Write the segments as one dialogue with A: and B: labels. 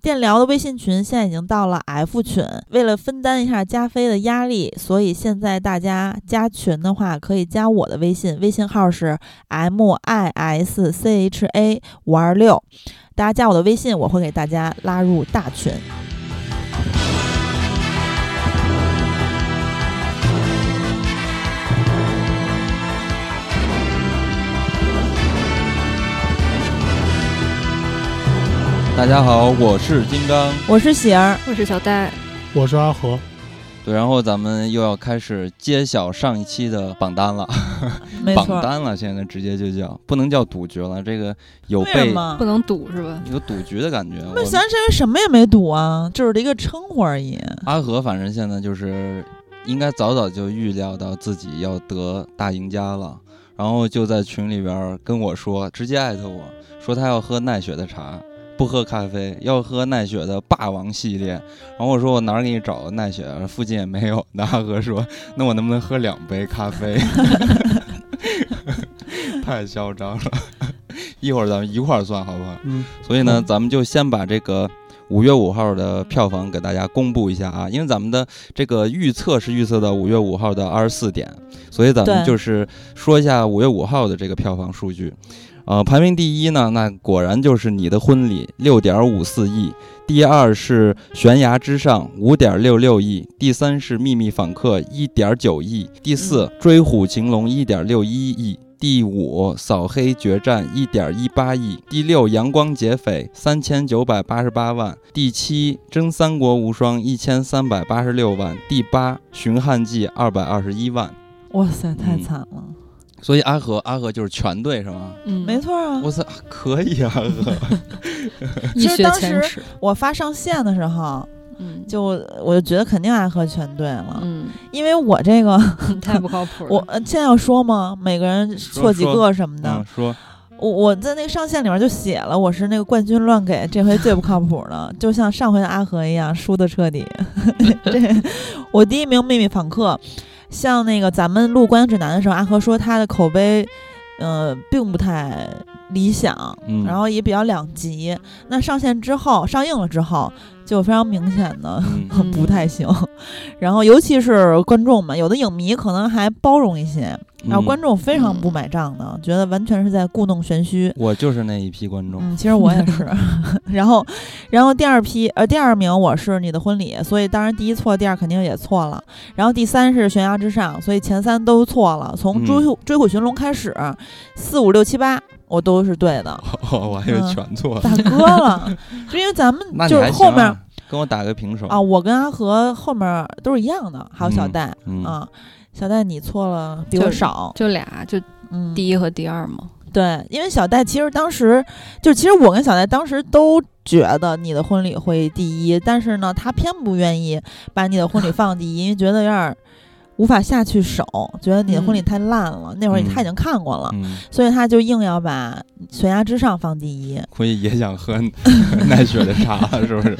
A: 电聊的微信群现在已经到了 F 群，为了分担一下加菲的压力，所以现在大家加群的话，可以加我的微信，微信号是 m i s c h a 五二六，大家加我的微信，我会给大家拉入大群。
B: 大家好，我是金刚。
A: 我是喜儿，
C: 我是小戴，
D: 我是阿和，
B: 对，然后咱们又要开始揭晓上一期的榜单了，
A: 没
B: 榜
A: 错，
B: 单了，现在直接就叫，不能叫赌局了，这个有
A: 为什
B: 被
A: 么
C: 不？能赌是吧？
B: 有赌局的感觉。我
A: 那咱这人什么也没赌啊，就是一个称呼而已。
B: 阿和反正现在就是应该早早就预料到自己要得大赢家了，然后就在群里边儿跟我说，直接艾特我说他要喝奈雪的茶，不喝咖啡，要喝奈雪的霸王系列。然后我说我哪儿给你找奈雪啊？附近也没有。那阿和说，那我能不能喝两杯咖啡？ 太嚣张了， 一会儿咱们一块儿算好不好？
D: 嗯，
B: 所以呢
A: 嗯，
B: 咱们就先把这个五月五号的票房给大家公布一下啊，因为咱们的这个预测是预测到五月五号的二十四点，所以咱
A: 对
B: 们就是说一下五月五号的这个票房数据。呃，排名第一呢，那果然就是你的婚礼，六点五四亿；第二是悬崖之上，五点六六亿；第三是秘密访客，一点九亿；第四追虎擒龙，一点六一亿；第五扫黑决战，一点一八亿；第六阳光劫匪，三千九百八十八万；第七真三国无双，一千三百八十六万；第八寻汉记，二百二十一万。
A: 哇塞，太
B: 嗯
A: 惨了，
B: 所以阿和，阿和就是全对是吗？
C: 嗯
A: 没，错啊。
B: 我操，可以啊，阿和。
C: 一
A: 其实
C: 雪
A: 当
C: 前
A: 时
C: 耻。
A: 我发上线的时候，
C: 嗯，
A: 就我就觉得肯定爱喝全对了，
C: 嗯，
A: 因为我这个
C: 太不靠谱了。
A: 我呃现在要说吗？每个人错几
B: 说
A: 个什么的，
B: 嗯，说
A: 我我在那个上线里面就写了，我是那个冠军乱给，这回最不靠谱的，就像上回的阿和一样，输的彻底。 这我第一名《秘密访客》，像那个咱们录《关之指南》的时候，阿和说他的口碑，呃，并不太理想，
B: 嗯
A: 然后也比较两极。那上线之后，上映了之后，就有非常明显的
B: 嗯
A: 不太行。然后尤其是观众们，有的影迷可能还包容一些，然后
B: 嗯
A: 观众非常不买账的，觉得完全是在故弄玄虚。
B: 我就是那一批观众。
A: 嗯，其实我也 是。 然后，然后第二批呃第二名我是你的婚礼，所以当然第一错，第二肯定也错了。然后第三是悬崖之上，所以前三都错了。从追
B: 嗯
A: 虎、追虎寻龙开始，四五六七八我都是对 的，
B: 哦，我还以为全错了。
A: 大哥了。就因为咱
B: 那
A: 们
B: 你
A: 嗯就是
B: 还行
A: 后面
B: 啊跟我打个平手
A: 啊，我跟阿和后面都是一样的，还有小
B: 嗯
A: 戴、
B: 嗯
A: 啊，小戴你错了比我
C: 就是
A: 少，
C: 就俩，就
A: 嗯，
C: 第一和第二嘛。
A: 对，因为小戴其实当时就其实我跟小戴当时都觉得你的婚礼会第一，但是呢，他偏不愿意把你的婚 礼放第一，因为觉得有点儿无法下去手，觉得你的婚礼
C: 嗯
A: 太烂了。那会儿
B: 嗯
A: 他已经看过了，
B: 嗯，
A: 所以他就硬要把悬崖之上放第
C: 嗯
A: 一。
B: 估计也 想喝奈雪的茶了，是不是？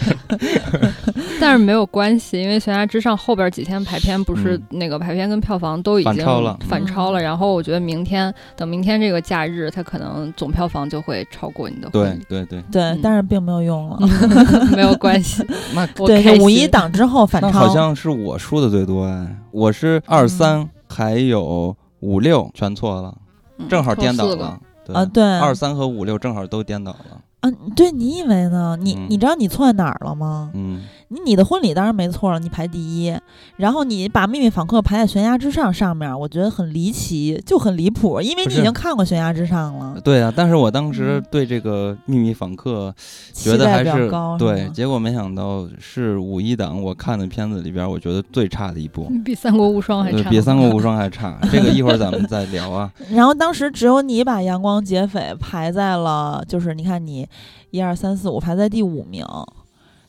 C: 但是没有关系，因为《悬崖之上》后边几天排片不是那个排片跟票房都已经
B: 反超了
C: 反超了
A: 嗯
C: 然后我觉得明天等明天这个假日，它可能总票房就会超过你的婚
B: 对
C: 礼。
B: 对对，
A: 对，
C: 嗯
A: 但是并没有用了。
C: 没有关系，
B: 那
C: 我
A: 对，
C: 开
A: 是
C: 心嗯
A: 五一档之后反
B: 那
A: 超，嗯
B: 好像是我输的最多哎，我是二三，还有五六全错了，
C: 嗯
B: 正好颠倒
C: 凑四个
B: 了。对
A: 啊，对，
B: 二三和五六正好都颠倒了。
A: 啊，对你以为呢？你
B: 嗯
A: 你知道你错在哪儿了吗？
B: 嗯，
A: 你你的婚礼当然没错了，你排第一，然后你把《秘密访客》排在悬崖之上上面，我觉得很离奇，就很离谱，因为
B: 不
A: 你
B: 是
A: 已经看过悬崖之上了，
B: 对啊，但是我当时
A: 嗯
B: 对这个秘密访客
A: 期
B: 觉得
A: 待
B: 还
A: 比较
B: 是
A: 高，是
B: 对，
A: 吗
B: 结果没想到是五一档我看的片子里边，我觉得最差的一部，
C: 比《三国无双》还
B: 对
C: 差。
B: 比《三国无双》还差。这个一会儿咱们再 聊啊。
A: 然后当时只有你把《阳光劫匪》排在了，就是你看你一二三四五排在第五名，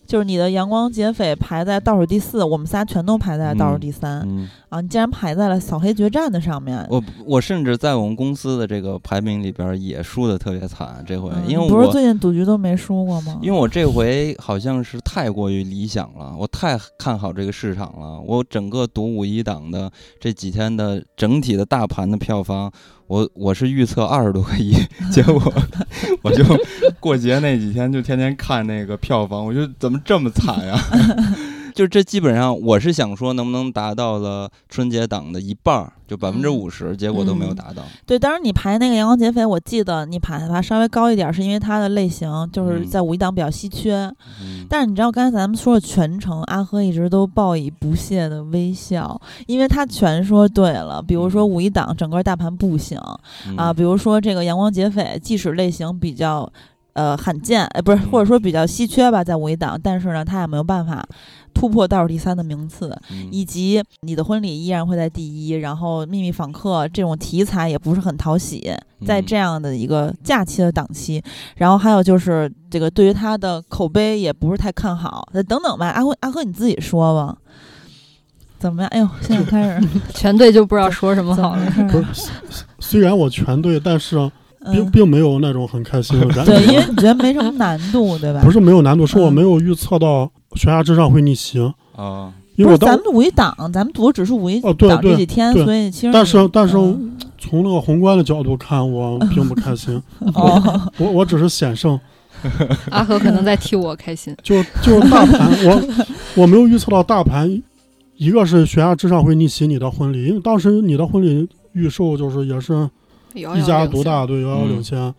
A: 就是你的《阳光劫匪》排在倒数第四，我们仨全都排在倒数
B: 嗯
A: 第三、
B: 嗯，哦
A: 啊，你竟然排在了《扫黑决战》的上面。
B: 我我甚至在我们公司的这个排名里边儿也输的特别惨，这回
A: 嗯
B: 因为
A: 你不是
B: 我
A: 最近赌局都没输过吗？
B: 因为我这回好像是太过于理想了，我太看好这个市场了。我整个独五一档的这几天的整体的大盘的票房，我我是预测二十多个亿， 结果我就过节那几天就天天看那个票房，我就怎么这么惨呀、 就这基本上，我是想说，能不能达到了春节档的一半儿，就百分之五十，结果都
A: 嗯
B: 没有达到。
A: 对，当然你排那个《阳光劫匪》，我记得你排它稍微高一点儿，是因为它的类型就是
B: 嗯
A: 在五一档比较稀缺。
B: 嗯，
A: 但是你知道，刚才咱们说的全程，阿珂一直都报以不屑的微笑，因为他全说对了。比如说五一档整个大盘不行、
B: 嗯
A: 啊，，比如说这个《阳光劫匪》，即使类型比较。呃，罕见，呃，不是，
B: 嗯
A: 或者说比较稀缺吧，在五一档，但是呢，他也没有办法突破倒数第三的名次，
B: 嗯
A: 以及你的婚礼依然会在第一，然后秘密访客这种题材也不是很讨喜，
D: 嗯
A: 在这样的一个假期的档期，然后还有就是这个对于他的口碑也不是太看好，那等等吧，阿辉阿辉你自己说吧，怎么样？哎呦，现在开 始
C: 全队就不知道说什么 好了。
A: 怎么
D: 不
A: 回事
D: 是，虽虽然我全对，但是啊，并
A: 嗯，
D: 并没有那种很开心的感
A: 对，因为
D: 觉。
A: 你觉得没什么难度，对吧？
D: 不是没有难度，是我
A: 嗯
D: 没有预测到悬崖之上会逆行，
B: 啊，
D: 因
A: 不
D: 为
A: 是
D: 我
A: 咱
D: 当
A: 们五一档，咱们读的只是五一
D: 哦对
A: 档这
D: 对
A: 几天，
D: 对
A: 所以其实
D: 但是
A: 你
D: 但是
A: 嗯
D: 从那个宏观的角度看，我并不开心，
A: 哦，
D: 我我只是险胜，
C: 阿和可能在替我开心，
D: 就就大盘， 我我没有预测到大盘，一个是悬崖之上会逆袭你的婚礼，因为当时你的婚礼预售就是也是
C: 遥遥
D: 一家
C: 领
D: 独
C: 先
D: 大，对，遥遥领
B: 嗯
D: 先。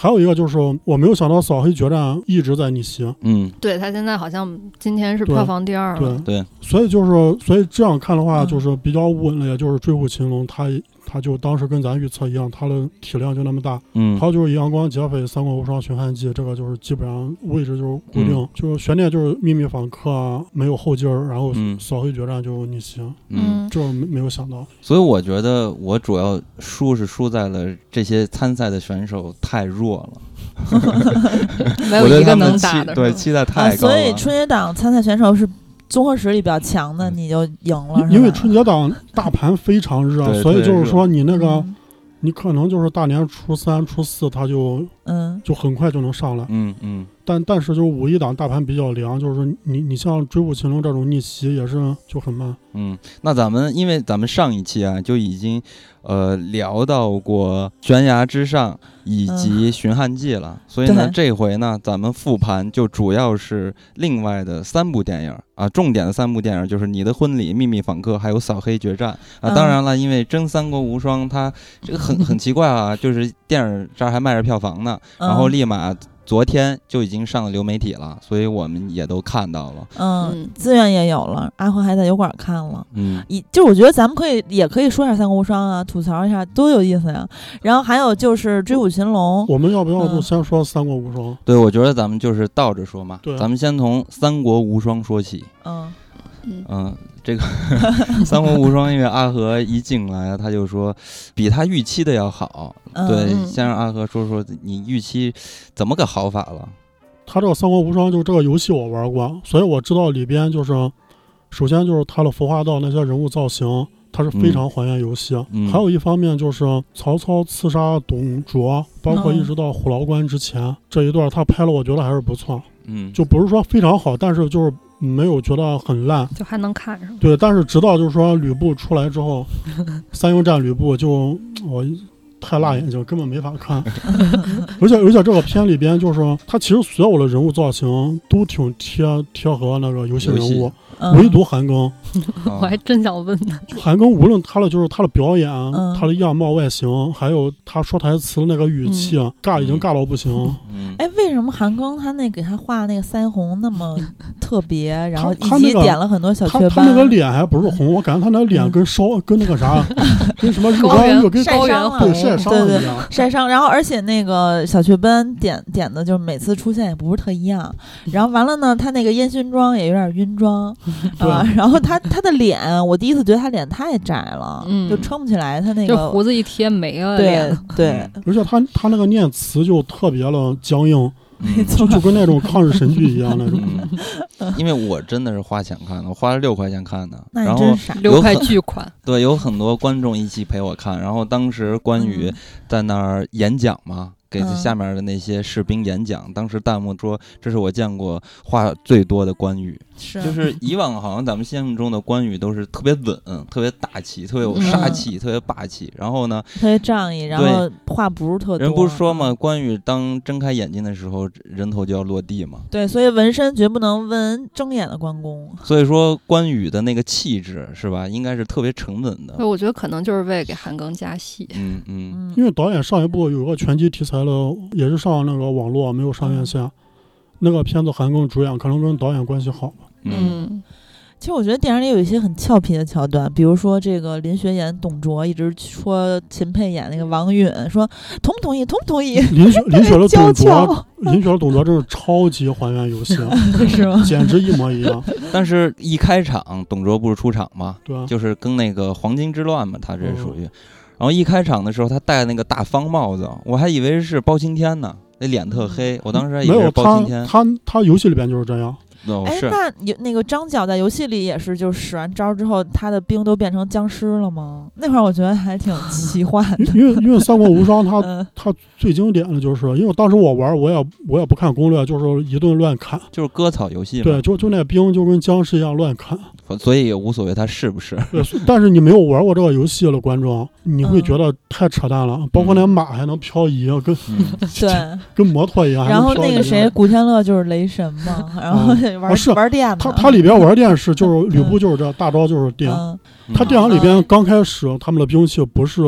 D: 还有一个就是我没有想到扫黑决战一直在逆行，
B: 嗯
C: 对他现在好像今天是
D: 对
C: 票房第二
D: 对
C: 了，
B: 对，
D: 所以就是所以这样看的话，
A: 嗯
D: 就是比较稳了，也就是追虎擒龙，它它就当时跟咱预测一样，它的体量就那么大。
B: 嗯
D: 还，有就是《阳光劫匪》《三国无双》《寻汉记》，这个就是基本上位置就是固定，
B: 嗯
D: 就是悬念就是秘密访客啊，没有后劲儿，然后
B: 嗯
D: 扫黑决战就逆行，
B: 嗯。
D: 这没没有想到。
B: 所以我觉得我主要输是输在了这些参赛的选手太弱了，
C: 没
B: 我
C: 有
B: 对
C: 一个
B: 他们
C: 能
B: 期
C: 打的。
B: 对，期待
A: 啊
B: 太高了。嗯
A: 所以春节档参赛选手是综合实力比较强的，你就赢了，
D: 因因为
A: 是吧
D: 春节档 大盘非常热
B: 啊
D: 啊
B: 对，
D: 所以就
B: 特别
D: 是
B: 热
D: 说你那个
A: 嗯
D: 你可能就是大年初三、初四，它就
A: 嗯
D: 就很快就能上来。
B: 嗯嗯
D: 但但是就是五一档大盘比较凉，就是你你像追捕擒龙这种逆袭也是就很慢。
B: 嗯，那咱们因为咱们上一期啊就已经呃聊到过悬崖之上以及寻汉记了，所以呢
A: 嗯对
B: 这回呢咱们复盘就主要是另外的三部电影儿啊，重点的三部电影儿就是《你的婚礼》《秘密访客》还有《扫黑决战》啊。
A: 嗯
B: 当然了，因为《真三国无双》它这个很很奇怪啊，就是电影这儿还卖着票房呢，
A: 嗯
B: 然后立马昨天就已经上了流媒体了，所以我们也都看到了。
A: 嗯
C: 嗯，
A: 资源也有了，阿辉还在油管看了。
B: 嗯
A: 一就是我觉得咱们可以也可以说一下《三国无双》啊，吐槽一下多有意思呀、然后还有就是《追捕擒龙》，
D: 我们要不要就
A: 嗯
D: 先说三国无双？
B: 对，我觉得咱们就是倒着说嘛，
D: 对啊
B: 咱们先从《三国无双》说起。
A: 嗯，
C: 嗯，
B: 嗯，这个 《三国无双》，因为阿和一进来他就说，比他预期的要好。
A: 嗯
B: 对，
C: 嗯
B: 先让阿和说说你预期怎么个好法了。
D: 它这个《三国无双》就这个游戏我玩过，所以我知道里边就是，首先就是它的服化道那些人物造型，它是非常还原游戏。
B: 嗯
D: 还有一方面就是曹操刺杀董卓，包括一直到虎牢关之前、这一段，他拍了我觉得还是不错，
B: 嗯，
D: 就不是说非常好，但是就是没有觉得很烂。
C: 就还能看
B: 嗯
C: 上。
D: 对，但是直到就是说吕布出来 之后，三英战吕布就我太辣眼睛，根本没法看。 而且而且这个片里边就是它其实所有的人物造型都挺贴贴合那个游戏
B: 游
D: 人
B: 戏
D: 物，
A: 嗯
D: 唯独韩庚。
B: 嗯
C: 我还真想问呢，
D: 韩庚无论他的就是他的表演、
A: 嗯
D: 他的样貌、外形，还有他说台词的那个语气，
A: 嗯
D: 尬已经尬到不行。
B: 嗯
A: 哎，为什么韩庚他那给他画那个腮红那么特 别，然后以
D: 他
A: 及
D: 那个
A: 点了很多小
D: 他
A: 雀
D: 他那个
A: 斑，
D: 脸还不是红，我感觉他那个脸
A: 嗯
D: 跟烧、跟那个 啥，跟什么日
C: 高
D: 光
C: 原
D: 浴跟
A: 晒
C: 高原
A: 伤了，
D: 对晒伤
A: 对
D: 了一
A: 对。
D: 样。
A: 晒伤，然后而且那个小雀斑点点的，就是每次出现也不是特一样。然后完了呢，他那个烟熏妆也有点晕妆
D: 对
A: 啊。然后他他的脸，我第一次觉得他脸太窄了，
C: 嗯
A: 就撑不起来他那
C: 就
A: 个
C: 胡子一贴没了
A: 对
C: 脸，
A: 对，
D: 而且他他那个念词就特别的僵硬，
B: 嗯
D: 就就跟那种抗日神剧一样那种。
B: 嗯因为我真的是花钱看的，我花了六块钱看的，
A: 那
B: 然
A: 你
B: 后
A: 真傻。
C: 六块巨款，
B: 对有很多观众一起陪我看，然后当时关羽
A: 嗯
B: 在那儿演讲嘛。给
A: 嗯
B: 下面的那些士兵演讲，当时弹幕说：“这是我见过话最多的关羽。”
A: 是
B: 就是以往好像咱们心目中的关羽都是特别稳、特别大气、特别有杀气、特别霸气。然后呢，
A: 特别仗义，然
B: 对
A: 后话不是特多。
B: 人不是说嘛，关羽当睁开眼睛的时候，人头就要落地嘛。
A: 对，所以纹身绝不能纹睁眼的关公。
B: 所以说，关羽的那个气质是吧，应该是特别沉稳的
C: 对。我觉得可能就是为给韩庚加戏。
B: 嗯嗯，
A: 嗯
D: 因为导演上一部有个拳击题材的，也是上那个网络没有上院
A: 嗯
D: 线，那个片子韩庚主演，可能跟导演关 系好吧。
B: 嗯，
A: 其实我觉得电影里有一些很俏皮的桥段，比如说这个林学言、董卓一直说秦沛演那个王允，说同不同意，同不同 意，
D: 林雪林雪的
A: 娇
D: 董卓，哦
A: 俏
D: 林雪的董卓真是超级还原游戏，
A: 是吗？
D: 简直一模 一样。
B: 但是一开场，董卓不是出场吗？
D: 对啊，
B: 就是跟那个黄巾之乱嘛，他这属于。然后一开场的时候，他戴那个大方帽子，我还以为是包青天呢，那脸特黑，我当时还以
D: 没
B: 为
D: 有
B: 是包
D: 他
B: 青天。
D: 他他游戏里边就是这样，
B: 哦，
A: 哎，
B: 是
A: 那有那个张角在游戏里也是，就使完招之后，他的兵都变成僵尸了吗？那会儿我觉得还挺奇幻的。
D: 因为因为《三国无双》它
A: 嗯，
D: 它最经典的就是，因为当时我玩我也我也不看攻略，就是一顿乱砍，
B: 就是割草游戏嘛。
D: 对，就就那兵就跟僵尸一样乱砍。
B: 所以也无所谓他是不是。
D: 对，所以但是你没有玩过这个游戏了，观众，你会
A: 嗯
D: 觉得太扯淡了。包括那马还能漂移，啊跟
B: 嗯
D: 嗯
A: 对。
D: 跟摩托一样。还
A: 然
D: 能
A: 后
D: 漂
A: 那个
D: 移
A: 谁，，古天乐就是雷神嘛，然后 玩、
D: 啊是
A: 玩电的。
D: 他他里边玩电是就是吕布就是这大招就是电，
A: 嗯
D: 他
B: 这
D: 电
B: 样，
D: 影里边刚开始他们的兵器不是。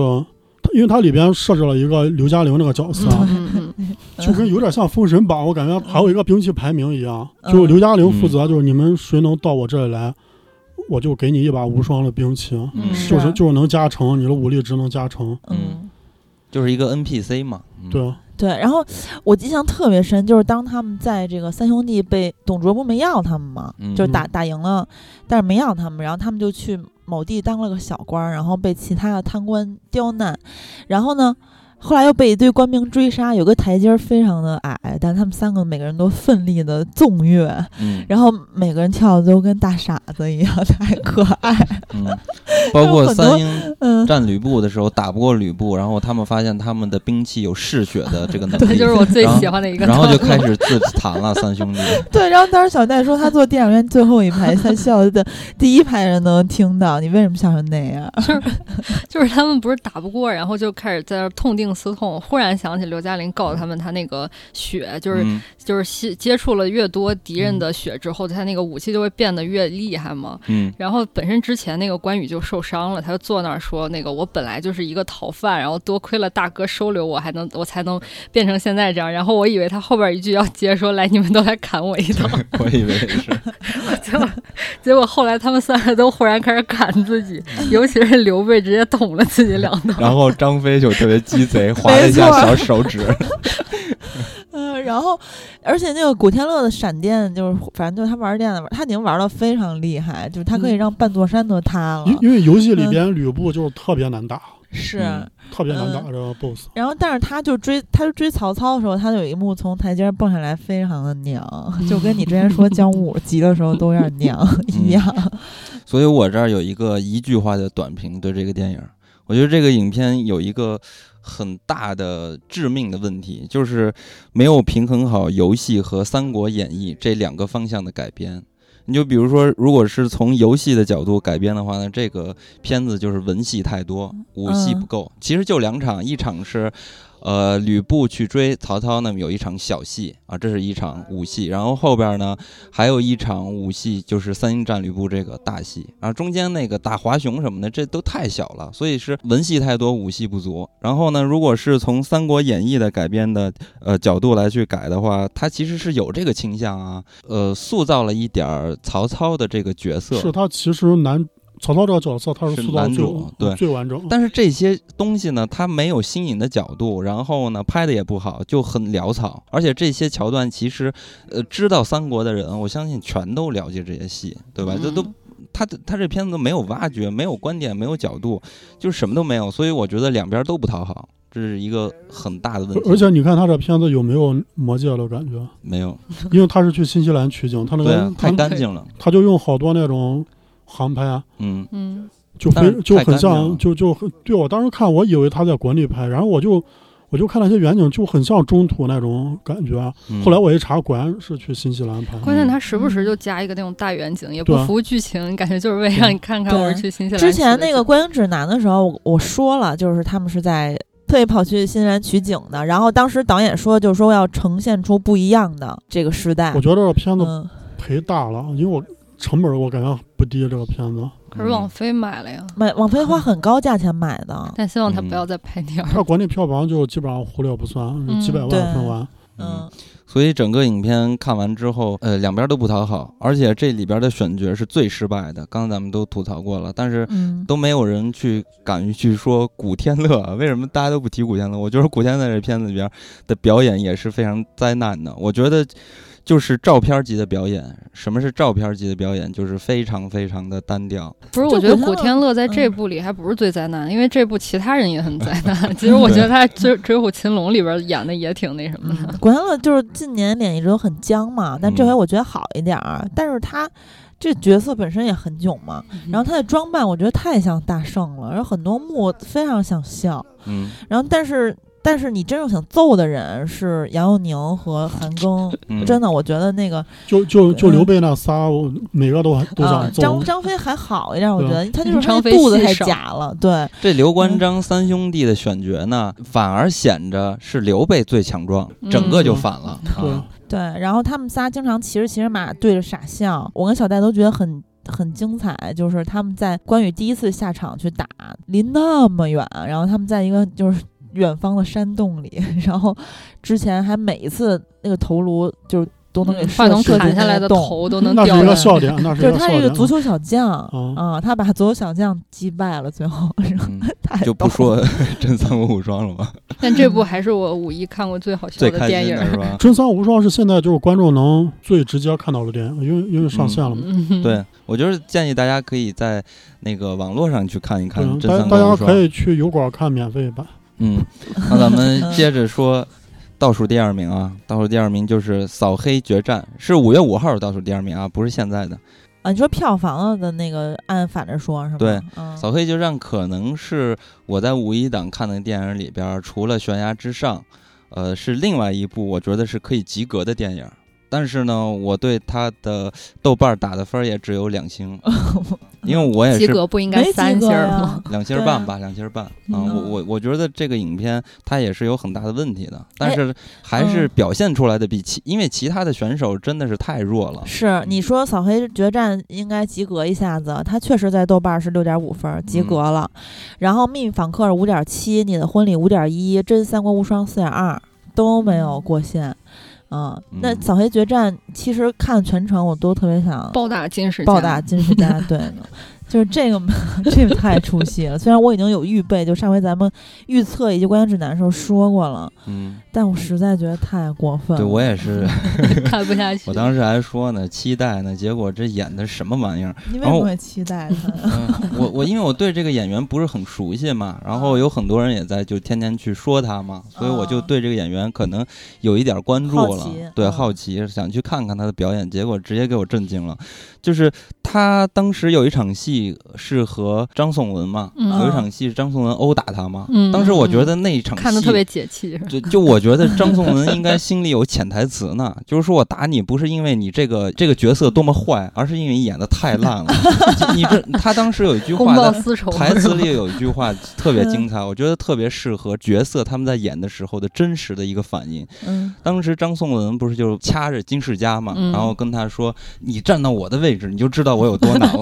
D: 他因为它里边设置了一个刘嘉玲那个角色，
C: 嗯 嗯嗯，
D: 就跟有点像《封神榜》，我感觉还有一个兵器排名一样，
A: 嗯
D: 就是刘嘉玲负责，就是你们谁能到我这里来，我就给你一把无双的兵器，
B: 嗯，
A: 是
D: 就是就是能加成，你的武力值能加成。
A: 嗯。
B: 就是一个 NPC 嘛。嗯
D: 对，啊
A: 对，然后我印象特别深，就是当他们在这个三兄弟被董卓不没要他们嘛，
B: 嗯
A: 就是打打赢了，但是没要他们，然后他们就去某地当了个小官儿，然后被其他的贪官刁难，然后呢，后来又被一堆官兵追杀，有个台阶儿非常的矮，但他们三个每个人都奋力的纵跃，
B: 嗯
A: 然后每个人跳的都跟大傻子一样， 太可爱，
B: 嗯，包括三英
A: 嗯。
B: 战吕布的时候打不过吕布，然后他们发现他们的兵器有嗜血的这个能
C: 对，
B: 力
C: 就，是我最喜欢的一个
B: 然后就
C: 段
B: 开
C: 落
B: 始自残了。三兄弟，
A: 对，然后当时小戴说他坐电影院最后一排，他笑的 第一排人能听到，你为什么笑成那样？
C: 就是他们不是打不过，然后就开始在那儿痛定思痛，忽然想起刘嘉玲告诉他们，他那个血 就是、
B: 嗯
C: 就是吸接触了越多敌人的血之后，他那个武器就会变得越厉害嘛。
B: 嗯
C: 然后本身之前那个关羽就受伤了，他就坐那儿说那个我本来就是一个逃犯，然后多亏了大哥收留我，还能我才能变成现在这样。然后我以为他后边一句要接说来你们都来砍我 一刀，
B: 我以为是，
C: 结果结果后来他们三个都忽然开始砍自己，尤其是刘备直接捅了自己两刀。
B: 然后张飞就特别鸡 贼，划
A: 了一下没错小
B: 手指。
A: 嗯、然后而且那个古天乐的闪电就是，反正就是他玩电的，他已经玩的非常厉害，就是他可
D: 嗯
A: 以让半座山都塌了。
D: 因因为游戏里边吕布就是特别难打，
A: 是，
B: 嗯
D: 特别难打
A: 嗯
D: 这个 BOSS。
A: 然后但是他就追，他就追曹操的时候，他就有一幕从台阶儿蹦下来，非常的娘， 就跟你之前说姜武急的时候都有点娘
D: 嗯
A: 一样。
B: 所以我这儿有一个一句话的短评，对这个电影，我觉得这个影片有一个很大的致命的问题，就是没有平衡好游戏和《三国演义》这两个方向的改编。你就比如说，如果是从游戏的角度改编的话呢，这个片子就是文戏太多，武戏不够。其实就两场，一场是，呃，吕布去追曹操呢，有一场小戏啊，这是一场武戏。然后后边呢，还有一场武戏，就是三英战吕布这个大戏，然后中间那个打华雄什么的，这都太小了，所以是文戏太多，武戏不足。然后呢，如果是从《三国演义》的改编的呃角度来去改的话，它其实是有这个倾向啊，呃，塑造了一点儿曹操的这个角
D: 是
B: 色，
D: 他其实男曹操这个角色，他
B: 是
D: 是塑造
B: 男
D: 最
B: 主对
D: 最完整。
B: 但是这些东西呢，它没有新颖的角度，然后呢，拍的也不好，就很潦草。而且这些桥段其实，呃，知道三国的人，我相信全都了解这些戏，对
C: 嗯
B: 吧？这都他他这片子没有挖掘，没有观点，没有角度，就是什么都没有，所以我觉得两边都不讨好。这是一个很大的问题。
D: 而且你看他这片子有没有魔戒的感觉？
B: 没有，
D: 因为他是去新西兰取景，他那
B: 对
D: 个、
B: 啊，太
D: 他
B: 干净了。
D: 他就用好多那种航拍，啊
B: 嗯，
C: 嗯，
D: 就
B: 但是
D: 非就
B: 太干
D: 很
B: 净了
D: 像，就就很对我当时看，我以为他在国内拍，然后我就我就看那些远景，就很像中土那种感觉。啊
B: 嗯
D: 后来我一查，果然是去新西兰拍。
C: 嗯关键他时不时就加一个那种大远景，也不
D: 对啊
C: 服务剧情，感觉就是为了让你看看
A: 对
C: 我是去新西兰取的
A: 之
C: 景。
A: 前那个观影指南的时候，我我说了，就是他们是在特意跑去新西兰取景的。然后当时导演说，就是说要呈现出不一样的这个时代
D: 我。觉得这个片子
A: 嗯，
D: 赔大了，因为我成本我感觉不低。这个片子，
C: 可是网
B: 嗯
C: 飞买了呀，
A: 买网飞花很高价钱买的，
C: 但希望他
B: 嗯
C: 不要再拍第二
D: 它国内票房就基本上忽略不算，
C: 嗯
D: 几百万
A: 对
D: 分完。
B: 嗯，
A: 嗯，
B: 所以整个影片看完之后，呃，两边都不讨好，而且这里边的选角是最失败的。刚才咱们都吐槽过了，但是
A: 嗯，
B: 都没有人去敢于去说古天乐啊，为什么大家都不提古天乐？我 觉得古天乐这片子里边的表演也是非常灾难的。我觉得就是照片级的表演，什么是照片级的表演？就是非常非常的单调。
C: 不是，
A: 就
C: 我觉得
A: 古
C: 古
A: 天乐
C: 天乐在这部里还不是最灾难，因为这部其他人也很灾难。其实我觉得他在《追追捕擒龙》里边演的也挺那什么 的。
A: 嗯古天乐就是近年脸一直都很僵嘛，但这
B: 嗯
A: 回我觉得好一点儿。啊但是他这角色本身也很囧嘛，然后他的装扮我觉得太像大圣了，然后很多幕非常想笑。
B: 嗯
A: 然后但是但是你真正想揍的人是杨佑宁和韩庚，
B: 嗯，
A: 真的我觉得那个
D: 就就就刘备那仨，我每个都都
A: 啊
D: 想，
A: 张
D: 揍。
A: 张飞还好一点，我觉
D: 对
A: 得他就是
C: 张
A: 他
C: 飞
A: 肚子
C: 戏
A: 太
C: 少
A: 假了，对，
B: 这刘关张三兄弟的选角呢，反而显着是刘备最强壮，
A: 嗯
B: 整个就反了、
D: 对
B: 啊。
A: 对，然后他们仨经常骑着骑着马对着傻笑，我跟小戴都觉得很很精彩。就是他们在关羽第一次下场去打，离那么远，然后他们在一个就是远方的山洞里，然后之前还每一次那个头颅就是都能给射
C: 话筒
A: 射
C: 嗯砍
A: 进
C: 下
A: 那
C: 来的
A: 个洞。
C: 头都能
D: 嗯那
C: 掉下
D: 是一
C: 来。
D: 个笑点，那是
A: 就
D: 一
A: 是
D: 个
A: 他
D: 笑
A: 是一个
D: 点。
A: 足球小将
D: 啊
A: 啊，他把足球小将击败了，最后然后
B: 哦嗯
A: 太
B: 就
A: 逗
B: 不
A: 了
B: 说 真三国无双了吧，
C: 但这部还是我五一看过最好笑
B: 最
C: 的
B: 开
C: 电
B: 心
C: 影。
B: 的是吧？
D: 《真三国无双》是现在就是观众能最直接看到的电影，因为因为上线了嘛。
C: 嗯，
B: 对，我就是建议大家可以在那个网络上去看一看《
D: 嗯
B: 真
D: 大
B: 三
D: 大
B: 国
D: 家
B: 无双
D: 可》。以去油管看免费版。
B: 嗯，那咱
C: 嗯
B: 们接着说倒数第二名啊，倒数第二名就是《扫黑决战》，是五月五号的倒数第二名啊，不是现在的。
C: 嗯
A: 啊！你说票房的那个按反着说是吗？
B: 对
A: 嗯，
B: 扫黑决战可能是我在五一档看的电影里边儿，除了《悬崖之上》，呃，是另外一部我觉得是可以及格的电影。但是呢，我对它的豆瓣儿打的分儿也只有两星，因为我也
C: 及
B: 是
C: 格不应该
A: 没及
C: 三星
A: 格
C: 儿
A: 呀
C: 吗？
B: 两星
A: 对啊
B: 半吧，两星半啊、
A: 嗯
B: 我我我觉得这个影片它也是有很大的问题的，但
A: 哎
B: 是还是
A: 嗯
B: 表现出来的比其、因为其他的选手真的是太弱了。
A: 是你说扫黑决战应该及格一下子，它确实在豆瓣是六点五分，
B: 嗯
A: 及格了。然后秘密访客是五点七，你的婚礼五点一，真三国无双四点二，都没有过线。嗯，那
B: 嗯
A: 扫黑决战其实看全程我都特别想
C: 暴打金世佳
A: 暴打金世佳，对呢，就是这个这个太出戏了。虽然我已经有预备，就上回咱们预测以及观影指南的时候说过了，
B: 嗯，
A: 但我实在觉得太过分了。
B: 对我也 是，
C: 看不下去。
B: 我当时还说呢，期待呢，结果这演的什么玩意儿？
A: 你为
B: 然
A: 什
B: 后
A: 么会期待他？
B: 嗯我我因为我对这个演员不是很熟悉嘛，然后有很多人也在就天天去说他嘛，所以我就
C: 嗯
A: 啊
B: 对这个演员可能有一点关注
A: 好
B: 了
A: 奇，
B: 对，
A: 嗯
B: 好奇想去看看他的表演，结果直接给我震惊了。就是他当时有一场戏是和张颂文嘛，
C: 嗯
B: 有一场戏是张颂文殴打他嘛，
C: 嗯
B: 当时我觉得那一场戏
C: 看的特别解气，
B: 就就我觉得张颂文应该心里有潜台词呢，就是说我打你不是因为你这个这个角色多么坏，而是因为你演的太烂了。 你这他当时有一句
C: 公
B: 话
C: 报
B: 的
C: 私仇。
B: 台词
C: 是吧
B: 里有一句话特别精彩，我觉得特别适合角色他们在演的时候的真实的一个反应。
A: 嗯
B: 当时张颂文不是就掐着金世佳嘛，
C: 嗯
B: 然后跟他说：“你站到我的位置，你就知道我有多难了。”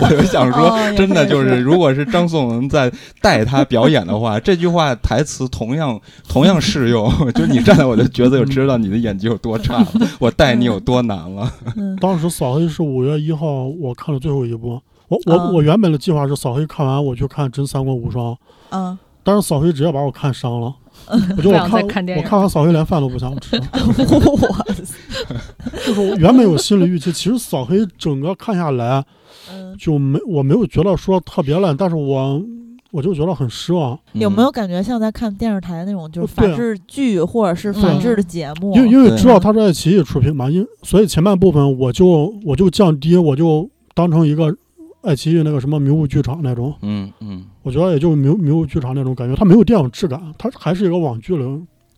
B: 我就想说，
A: 哦也
B: 真的
A: 是
B: 就是是，如果是张颂文在带他表演的话，这句话台词同样 同样适用。 就是你站在我的角色，就知道你的演技有多差 了，我带你有多难了。
A: 嗯
D: 当时扫黑是五月一号我看的最后一部，我我、
A: 啊
D: 我原本的计划是扫黑看完我去看《真三国无双》，
A: 啊，
D: 但是扫黑直接把我看伤了。我觉
C: 嗯不
D: 得
C: 想
D: 我
C: 再
D: 看
C: 看电影
D: 我看完扫黑连饭都不想 吃，
A: 我嗯
D: 就是我原本有心理预期。其实扫黑整个看下来
A: 嗯
D: 就没我没有觉得说特别烂，但是我我就觉得很失望，
A: 有没有感觉像在看电视台那种就是法
D: 对啊
A: 制剧或者是法
C: 嗯
A: 制的节目？
D: 因为因为
B: 对
D: 知道它是爱奇艺出品嘛，因所以前半部分我就我就降低，我就当成一个爱奇艺那个什么迷雾剧场那种，
B: 嗯？嗯
D: 我觉得也就迷雾迷雾剧场那种感觉，它没有电影质感，它还是一个网剧的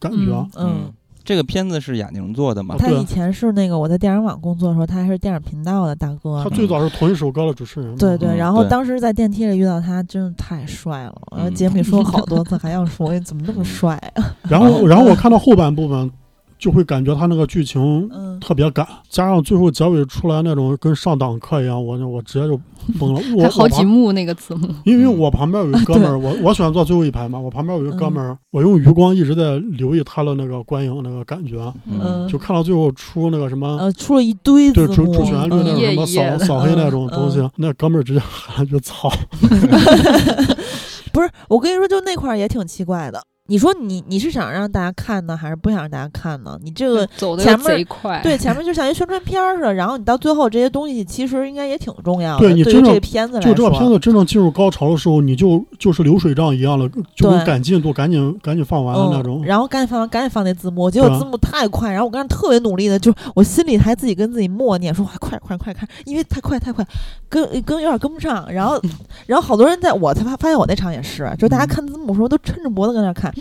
D: 感觉。啊
B: 嗯
C: 嗯
B: 嗯
A: 嗯，，
B: 这个片子是雅宁做的嘛？
A: 他
D: 对啊
A: 以前是那个我在电影网工作的时候，他还是电影频道的大哥呢。
D: 他最早是同一首歌的主持人嘛，
A: 对对，
B: 嗯
A: 然后
B: 对
A: 当时在电梯里遇到他，真的太帅了。然后
B: 嗯
A: 节目里说好多次，还要说哎怎么那么帅 啊？
D: 然后然后我看到后半部分，就会感觉他那个剧情
A: 嗯，
D: 特别赶，加上最后结尾出来那种跟上党课一样，我就我直接就疯了。我
C: 还好
D: 我
C: 几
D: 旁
C: 幕那个字幕，
D: 因为我旁边有
A: 啊
D: 一哥们儿，我我喜欢坐最后一排嘛，我旁边有一
A: 嗯
D: 哥们儿，我用余光一直在留意他的那个观影那个感觉，
A: 嗯
D: 就看到最后出那个什么。
A: 呃，出了一堆字
D: 对
A: 幕，
D: 主主旋律那种
A: 嗯
C: 也
D: 什么
C: 一页
D: 扫
C: 的
D: 扫黑那种东西
A: 嗯，
D: 那哥们儿直接 喊一句“操
A: 不是，我跟你说，就那块儿也挺奇怪的。你说你你是想让大家看呢，还是不想让大家看呢？你这个
C: 走的
A: 前
C: 又
A: 面
C: 贼快，
A: 对，前面就像一宣传片儿似的，然后你到最后这些东西其实应该也挺重要的。
D: 对
A: 对
D: 你
A: 于
D: 真正
A: 这个片子”。来
D: 就
A: 说，
D: 这个片子真正进入高潮的时候，你就就是流水账一样了，就跟
A: 对
D: 赶进度，赶紧赶紧放完了那种
A: 嗯。。然后赶紧放完，赶紧放那字幕，结
D: 对
A: 果
D: 啊
A: 字幕太快，然后我刚才特别努力的，就是我心里还自己跟自己默念说：“哇，快点快点快点看，因为太快太快，跟跟有点跟不上。”然 后，然后好多人在我才发发现我那场也是，就
D: 嗯
A: 大家看字幕的时候都抻着脖子跟那儿 看，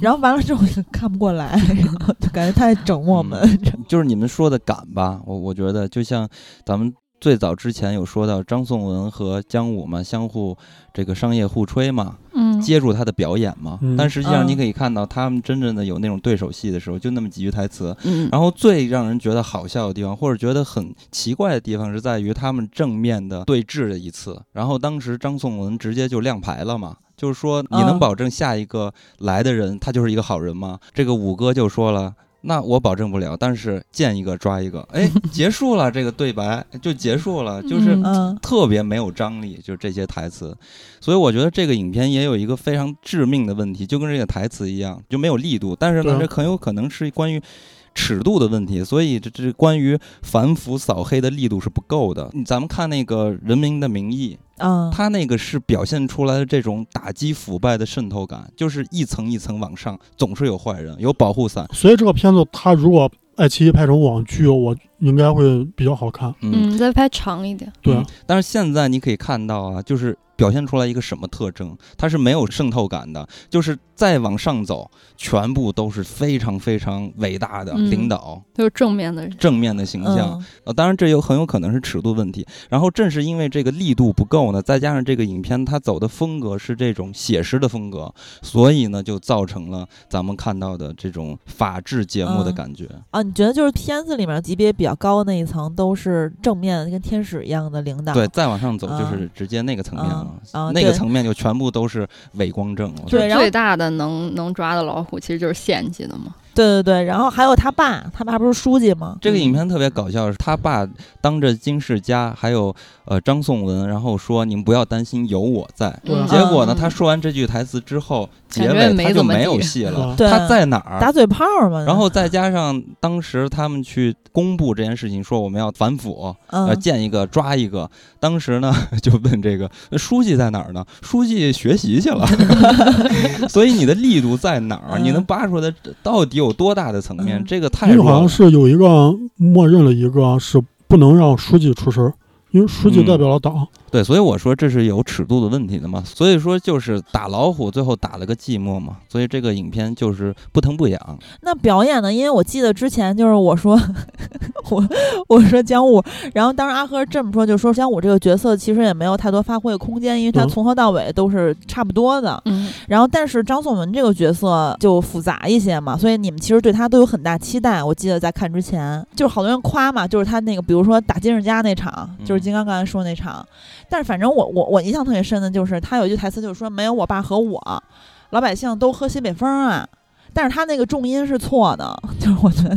A: 然后完了之后就看不过来，然后就感觉他 在整我们。
B: 就是你们说的赶吧，我我觉得就像咱们最早之前有说到张颂文和姜武嘛，相互这个商业互吹嘛，
C: 嗯，
B: 接住他的表演嘛。
D: 嗯
B: 但实际上
A: 嗯
B: 你可以看到，他们真正的有那种对手戏的时候，就那么几句台词。
C: 嗯，
B: 然后最让人觉得好笑的地方，或者觉得很奇怪的地方，是在于他们正面的对峙的一次。然后当时张颂文直接就亮牌了嘛，就是说你能
A: 嗯
B: 保证下一个来的人他就是一个好人吗？这个五哥就说了。那我保证不了，但是见一个抓一个，哎，结束了这个对白就结束了，就是
C: 嗯
A: 嗯，
B: 特别没有张力，就是这些台词。所以我觉得这个影片也有一个非常致命的问题，就跟这个台词一样，就没有力度。但是呢，
D: 对
B: 这很有可能是关于。尺度的问题，所以这这关于反腐扫黑的力度是不够的。咱们看那个《人民的名义》，
A: 啊，
B: 它那个是表现出来的这种打击腐败的渗透感，就是一层一层往上，总是有坏人，有保护伞。
D: 所以这个片子，它如果爱奇艺拍成网剧，我应该会比较好看。
B: 嗯，
C: 嗯，再拍长一点，
D: 对啊，
B: 嗯但是现在你可以看到啊，就是表现出来一个什么特征？它是没有渗透感的，就是再往上走，全部都是非常非常伟大的
C: 嗯
B: 领导、
C: 就是正面的人，
B: 正面的形象。
A: 嗯
B: 呃，当然这有很有可能是尺度问题。然后正是因为这个力度不够呢，再加上这个影片它走的风格是这种写实的风格，所以呢就造成了咱们看到的这种法制节目的
A: 嗯
B: 感觉。
A: 啊，你觉得就是片子里面级别比较高的那一层都是正面跟天使一样的领导？
B: 对，再往上走就是
A: 啊
B: 直接那个层面了，
A: 啊啊
B: 那个
A: 对
B: 层面就全部都是伪光正。我觉得
A: 对然后
C: 最大的能能抓的老虎其实就是县级的嘛，
A: 对对对，然后还有他爸，他爸不是书记吗？
B: 这个影片特别搞笑，是他爸当着金世佳还有呃张颂文，然后说你们不要担心，有我在。
D: 对啊
B: 结果呢，
C: 嗯
B: 他说完这句台词之后，结
C: 感觉也
B: 尾
C: 没
B: 他就
C: 怎么
B: 没有
C: 地
B: 戏
D: 是
B: 嗯了
D: 吧。
A: 对
B: 他在哪儿
A: 打？嘴炮嘛。
B: 然后再加上当时他们去公布这件事情，说我们要反腐，要
A: 嗯，
B: 见一个抓一个。当时呢， 就问这个书记在哪儿呢？书记学习去了。 所以你的力度在哪儿？你能
A: 嗯
B: 扒出来到底有多大的层面？
A: 嗯
B: 这个太
D: 因为
B: 弱
D: 好
B: 了
D: 像。是有一个默认了一个是不能让书记出声儿，因为书记代表了党。
B: 对，所以我说这是有尺度的问题的嘛，所以说就是打老虎，最后打了个寂寞嘛，所以这个影片就是不疼不痒。
A: 那表演呢？因为我记得之前就是我说 我我说姜武，然后当时阿赫这么说，就说姜武这个角色其实也没有太多发挥的空间，因为他
D: 嗯
A: 从头到尾都是差不多的。
C: 嗯，
A: 然后，但是张颂文这个角色就复杂一些嘛，所以你们其实对他都有很大期待。我记得在看之前，就是好多人夸嘛，就是他那个，比如说打金世佳那场，
B: 嗯
A: 就是金刚刚才说那场。但是反正我我我印象特别深的就是他有一句台词，就是说没有我爸和我，老百姓都喝西北风啊。但是他那个重音是错的，就是我觉得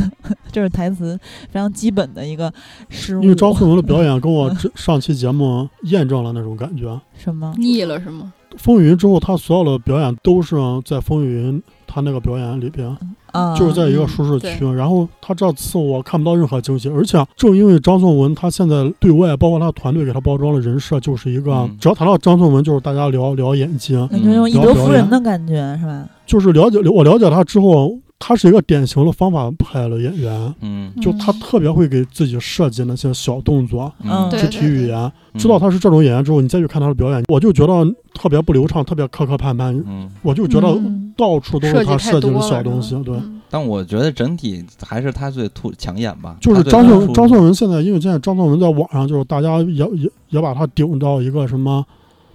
A: 这是台词非常基本的一个失误。
D: 因为张颂文的表演跟我这上期节目验证了那种感觉。
A: 什么？
C: 腻了是吗？
D: 风云之后，他所有的表演都是在风云他那个表演里边，
A: 啊，
D: 就是在一个
C: 嗯
D: 舒适区。然后他这次我看不到任何惊喜，而且正因为张颂文他现在对外，包括他团队给他包装的人设，就是一个、
B: 嗯
D: 只要谈到张颂文，就是大家聊聊演技，
A: 那就是用以
D: 嗯
A: 德
D: 聊
A: 服
D: 表
A: 人
D: 演
A: 的感觉是吧？
D: 就是了解我了解他之后，他是一个典型的方法派的演员，
B: 嗯
D: 就他特别会给自己设计那些小动作。
A: 嗯
C: 对
D: 肢啊体语言，
B: 嗯
D: 知道他是这种演员之后，你再去看他的表演，我就觉得特别不流畅，特别磕磕绊绊，
B: 嗯，
D: 我就觉得
C: 嗯
D: 到处都是
C: 设
D: 他设
C: 计太
D: 计
C: 多
D: 的
C: 了
D: 小东西。对，
C: 嗯
B: 但我觉得整体还是他最突抢眼吧，
D: 就是
B: 他最
D: 张
B: 突
D: 颂
B: 出
D: 张颂文现在，因为现在张颂文在网上就是大家也也也把他顶到一个什么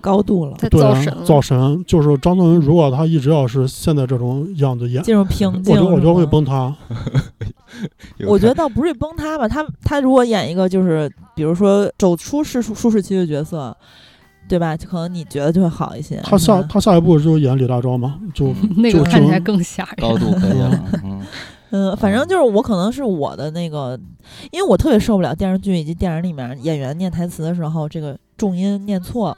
A: 高度了，
C: 在
D: 对
C: 造
D: 啊
C: 神了，
D: 造神，就是张颂文如果他一直要是现在这种样子演，
A: 进入瓶
D: 我
A: 颈
D: 觉
A: 是
D: 得
A: 吗。
D: 我觉得会崩
C: 嗯
D: 塌。
B: 有
A: 我觉得
B: 看
A: 倒不是崩塌吧，他他如果演一个就是比如说走出适舒舒适区的角色，对吧？就可能你觉得就会好一些。嗯
D: 他
A: 是
D: 下
C: 嗯
A: 吧
D: 他下一步就演李大钊嘛，就
B: 嗯
C: 那个
D: 就
C: 看起
D: 就
C: 来更吓人。
B: 高度可以了，嗯
A: 嗯，反正就是我可能是我的那个，因为我特别受不了电视剧以及电影里面演员念台词的时候，这个重音念错，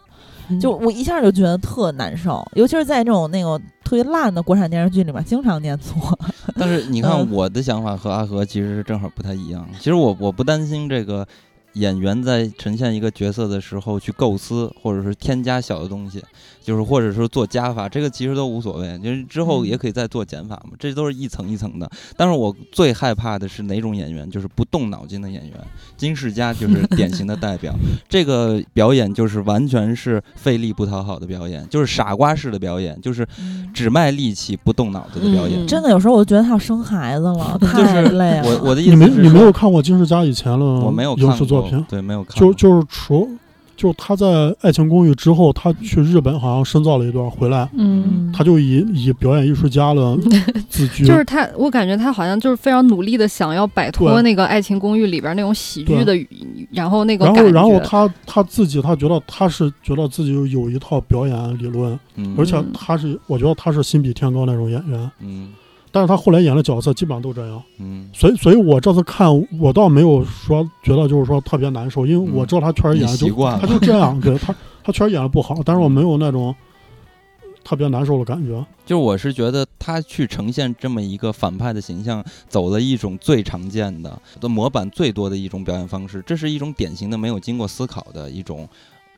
B: 嗯
A: 就我一下就觉得特难受，尤其是在这种那种特别烂的国产电视剧里面，经常念错。
B: 但是你看
A: 嗯
B: 我的想法和阿和其实是正好不太一样。其实我我不担心这个演员在呈现一个角色的时候去构思，或者是添加小的东西，就是或者是做加法，这个其实都无所谓，就是之后
A: 嗯
B: 也可以再做减法嘛，这都是一层一层的。但是我最害怕的是哪种演员，就是不动脑筋的演员，金世 佳就是典型的代表。这个表演就是完全是费力不讨好的表演，就是傻瓜式的表演，就是只卖力气不动脑子的表演。
C: 嗯
A: 真的有时候我就觉得他要生孩子 了，太累了。
C: 啊
B: 我我的意
D: 你
B: 思
D: 没
B: 是
D: 你没
B: 说
D: 有看过金世佳以前的
B: 我没有看
D: 影
B: 过
D: 视作品，
B: 对，没有看
D: 就
B: 过，
D: 就是除就他在《爱情公寓》之后，他去日本好像深造了一段，回来
C: 嗯，
D: 他就以以表演艺术家 的自居，
C: 就是他，我感觉他好像就是非常努力的想要摆脱
D: 对啊
C: 那个《爱情公寓》里边那种喜剧的语，然后那个
D: 然
C: 感
D: 后
C: 觉，
D: 然后他他自己他觉得他是觉得自己有有一套表演理论，
B: 嗯，
D: 而且他是我觉得他是心比天高那种演员，
B: 嗯
D: 但是他后来演的角色基本上都这样，
B: 嗯，
D: 所以所以我这次看我倒没有说觉得就是说特别难受，因
C: 嗯
D: 为我知道他确实演
B: 你
D: 的
B: 习
D: 就
B: 惯
D: 他
B: 了，
D: 就这样，对他他确实演的不好，但是我没有那种特别难受的感觉。
B: 就我是觉得他去呈现这么一个反派的形象，走了一种最常见的、的模板最多的一种表演方式，这是一种典型的没有经过思考的一种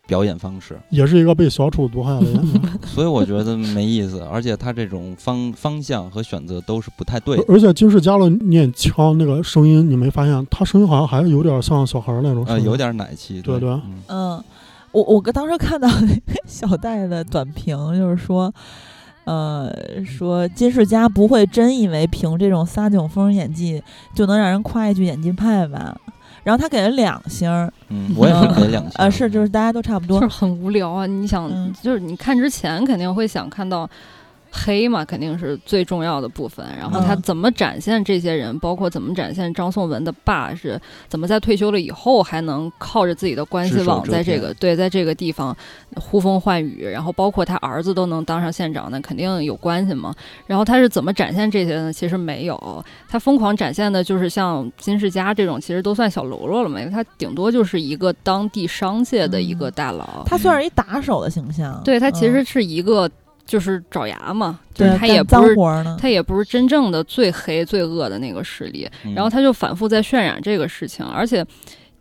B: 表演方式，
D: 也是一个被小丑毒害的人，
B: 所以我觉得没意思，而且他这种方方向和选择都是不太对的
D: 而。而且金世佳的念腔那个声音，你没发现他声音好像还是有点像小孩儿那种声
B: 呃，
D: 音，
B: 有点奶气，
D: 对啊对
B: 嗯
A: 嗯，我我跟当时看到小戴的短评，就是说，呃，说金世佳不会真以为凭这种撒酒疯演技就能让人夸一句演技派吧？然后他给了两星儿，
B: 嗯，我也是给两 星
A: 呃，是就是大家都差不多
C: 啊就是，很无聊啊！你想，
A: 嗯
C: 就是你看之前肯定会想看到黑嘛，肯定是最重要的部分。然后他
A: 嗯
C: 怎么展现这些人，包括怎么展现张颂文的爸是怎么在退休了以后还能靠着自己的关系
B: 只手
C: 网，
B: 遮
C: 在这
B: 天
C: 个对，在这个地方呼风唤雨。然后包括他儿子都能当上县长，那肯定有关系嘛。然后他是怎么展现这些呢？其实没有，他疯狂展现的就是像金世佳这种，其实都算小喽啰了嘛，因为他顶多就是一个当地商界的一个
A: 嗯
C: 大佬。
A: 他算是一打手的形象。
C: 对他其
A: 嗯
C: 实是一个就是爪牙嘛，就
A: 对
C: 是他
A: 干
C: 也
A: 脏
C: 不是
A: 活儿呢，
C: 他也不是真正的最黑最恶的那个势力，
B: 嗯
C: 然后他就反复在渲染这个事情，而且。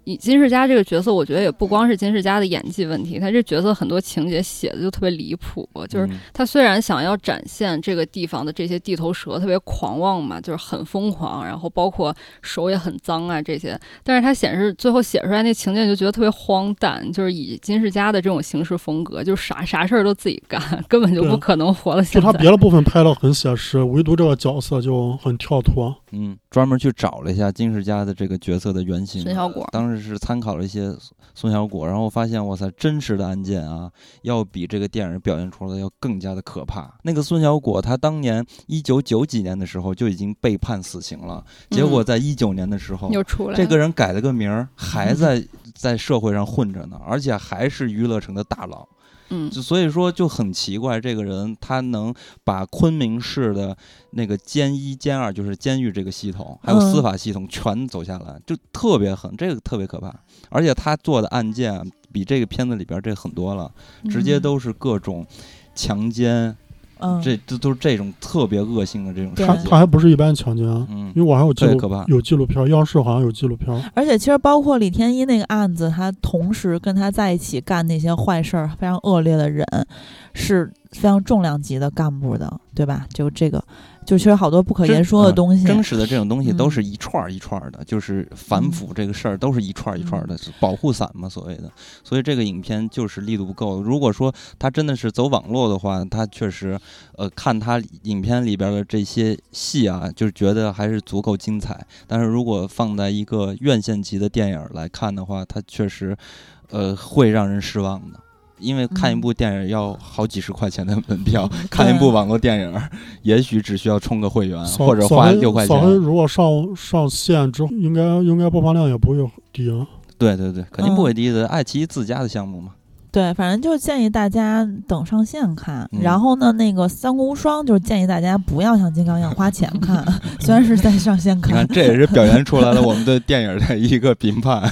C: 以金世佳这个角色，我觉得也不光是金世佳的演技问题，他这角色很多情节写的就特别离谱，就是
B: 嗯
C: 他虽然想要展现这个地方的这些地头蛇特别狂妄嘛，就是很疯狂，然后包括手也很脏啊这些，但是他显示最后写出来那情景就觉得特别荒诞，就是以金世佳的这种行事风格，就是啥啥事儿都自己干， 根本就
D: 对啊
C: 不可能活到现
D: 就
C: 在。
D: 他别的部分拍的很写实，唯独这个角色就很跳脱。
B: 嗯，专门去找了一下金世佳的这个角色的原型，
C: 孙小果
B: 当时是参考了一些孙孙小果，然后发现哇塞，真实的案件啊，要比这个电影表现出来的要更加的可怕。那个孙小果，他当年一九九几年的时候就已经被判死刑了，结果在一九年的时候。
C: 嗯又嗯出来了嗯
B: 这个人改了个名儿，还在在社会上混着呢，而且还是娱乐城的大佬。
C: 嗯
B: 就所以说就很奇怪，这个人他能把昆明市的那个监一、监二，就是监狱这个系统，还有
A: 嗯
B: 司法系统全走下来，就特别狠，这个特别可怕。而且他做的案件啊比这个片子里边这很多了，直接都是各种强奸、
A: 嗯，
B: 这这都是这种特别恶性的这种
A: 对
D: 他
B: 事
D: 他
B: 件。
D: 还不是一般强奸，
B: 嗯
D: 因为我还有记
B: 这可怕啊
D: 录有纪录片，央视好像有纪录片，
A: 而且其实包括李天一那个案子，他同时跟他在一起干那些坏事儿、非常恶劣的人，是非常重量级的干部的，对吧？就这个，就其实好多不可
B: 真
A: 言说的
B: 嗯
A: 东西。
B: 真实的这种东西
A: 嗯
B: 都是一串儿一串儿的，就是反腐这个事儿都是一串儿一串儿
A: 嗯
B: 的，保护伞嘛，所谓的。所以这个影片就是力度不够。如果说他真的是走网络的话，他确实，呃，看他影片里边的这些戏啊，就是觉得还是足够精彩。但是如果放在一个院线级的电影来看的话，它确实，呃，会让人失望的。因为看一
A: 嗯啊
B: 部电影要好几十块钱的门 票，看一部网络电影，也许只需要充个会员
D: 扫
B: 或者
D: 扫
B: 花
D: 黑
B: 六块
D: 扫黑
B: 钱。
D: 如果上上线之后，应该应该播放量也不会低啊。
B: 对对对，肯定
A: 嗯
B: 不会低的。爱奇艺自家的项目嘛，
A: 对，反正就建议大家等上线看。
B: 嗯
A: 然后呢，那个《三国无双》就是建议大家不要像金刚一样花钱看， 虽然是在上线
B: 你看
A: 看。
B: 这也是表现出 来了我们对电影的一个评判，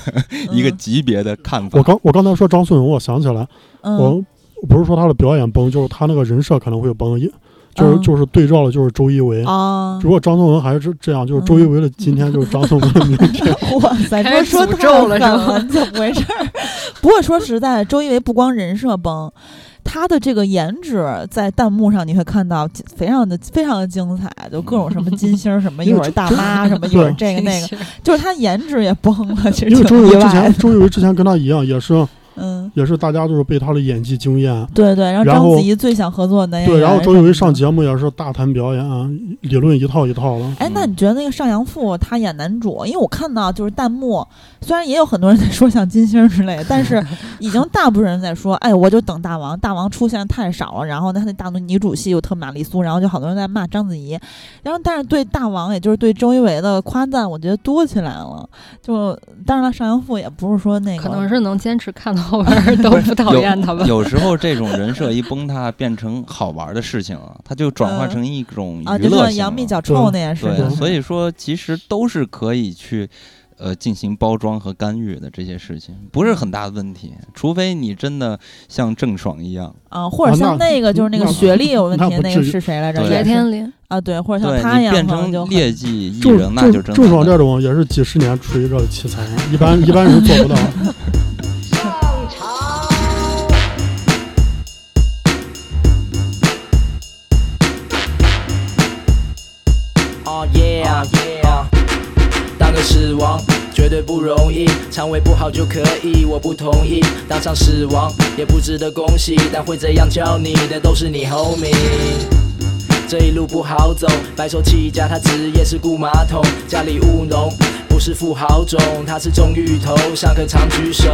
B: 一个
A: 嗯
B: 级别的看法
D: 我。刚我刚才说张颂荣，我想起来，
A: 嗯
D: 我我不是说他的表演崩，就是他那个人设可能会崩，一就是
A: 嗯
D: 就是对照了就是周一围。
A: 啊，
D: 如果张颂文还是这这样，就是周一围的今天就是张颂 文的明天。
A: 哇塞，
C: 开
A: 这
C: 始
A: 说
C: 诅
A: 太
C: 咒
A: 狠
C: 了
A: 了，
C: 是吗
A: 你怎么回事儿？ 不过说实在，周一围不光人设崩，他的这个颜值在弹幕上你会看到非常的非常的精彩，就各种什么金星儿什么，一
D: 因为
A: 会儿
D: 这
A: 大
D: 这
A: 妈什么，一会儿
D: 对
A: 这个 那个，
C: 个，
A: 就是他颜值也崩了，其
D: 因
A: 实
D: 为周
A: 挺
D: 一
A: 意
D: 围之
A: 外
D: 前，
A: 的。
D: 周一围之前跟他一样，也是
A: 嗯，
D: 也是大家就是被他的演技惊艳。
A: 对对，然后
D: 然
A: 章
D: 后
A: 子怡最想合作的男演员。
D: 对，然后周一围上。节目也是大谈表演，啊理论一套一套的。
A: 哎，那
B: 嗯
A: 你觉得那个上阳赋他演男主？因为我看到就是弹幕，虽然也有很多人在说像金星之类的，但 是已经大部分人在说，哎，我就等大王，大王出现的太少了。然后呢，他那大女主戏又特玛丽苏，然后就好多人在骂章子怡。然后，但是对大王，也就是对周一围的夸赞，我觉得多起来了。就当然了，上阳赋也不是说那个，
C: 可能是能坚持看到后 边儿都不 讨厌他吧。
B: 有时候这种人设一崩塌，变成好玩的事情了，它就转化
A: 嗯
B: 成一种
A: 啊，
B: 娱
A: 就
B: 乐
A: 像
B: 性
A: 杨幂
B: 了
A: 脚臭那件事
B: 对，
A: 情。
B: 所以说其实都是可以去呃进行包装和干预的这些事情，不是很大的问题，除非你真的像郑爽一样，
A: 啊，或者
D: 啊
A: 像
D: 那
A: 那个就是那个
D: 那
A: 学历有问
D: 那
A: 题，
D: 不
A: 那个
D: 至于
A: 是谁来着？
B: 对
A: 也
C: 翟
A: 是
C: 天临，
A: 啊，对，或者像
B: 对
A: 他一
B: 你
A: 样，
B: 变
A: 可能就
B: 成
A: 很
B: 劣迹艺
D: 郑
B: 人，那就
D: 郑
B: 真
D: 郑爽这
B: 的
D: 种也是几十年出一个奇才，啊一般一般人做 不到。
E: 上朝。
F: 哦耶啊耶啊！当个死亡绝对不容易，肠胃不好就可以，我不同意。当上死亡也不值得恭喜，但会这样叫你的都是你 homie。这一路不好走，白手起家，他职业是顾马桶，家里务农，不是富豪种，他是种芋头，上课常举手，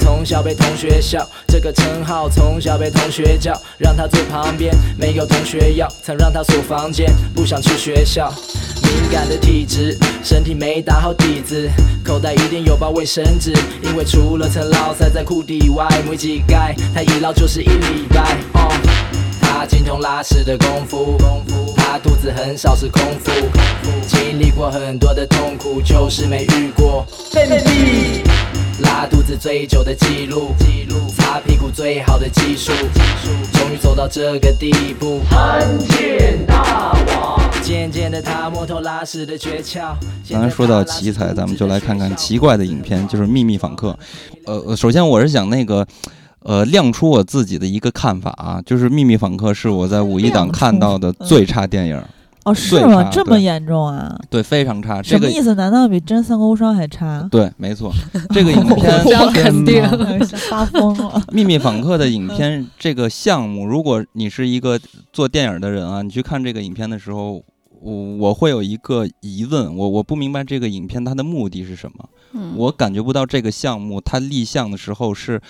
F: 从小被同学笑这个称号，从小被同学叫，让他坐旁边，没有同学要，曾让他锁房间，不想去学校。敏感的体质，身体没打好底子，口袋一定有包卫生纸，因为除了曾落塞在裤底外，没几盖，他一捞就是一礼拜。哦他精通拉屎的功夫，他肚子很少是空腹，经历过很多的痛苦，就是没遇过奋力。拉肚子最久的记录，擦屁股最好的技术，终于走到这个地步。渐渐的，他摸透拉屎的诀窍。
B: 刚才说到奇才，咱们就来看看奇怪的影片，就是《秘密访客》。呃，呃首先我是想那个。呃，亮出我自己的一个看法啊，就是《秘密访客》是我在五一
A: 亮
B: 档
A: 出
B: 看到的
A: 嗯
B: 最差电影，
A: 哦，是
B: 最
A: 吗？
B: 差
A: 这
B: 对
A: 么严重啊？
B: 对，非常差。这
A: 什
B: 个
A: 么意思？难道比真三国无双还差？啊
B: 对，没错，这个影片
C: 这样肯定
B: 跟
A: 发疯了！
B: 《秘密访客》的影片这个项目，如果你是一个做电影的人啊，你去看这个影片的时候，我我会有一个疑问，我我不明白这个影片它的目的是什么，
C: 嗯
B: 我感觉不到这个项目它立项的时候是。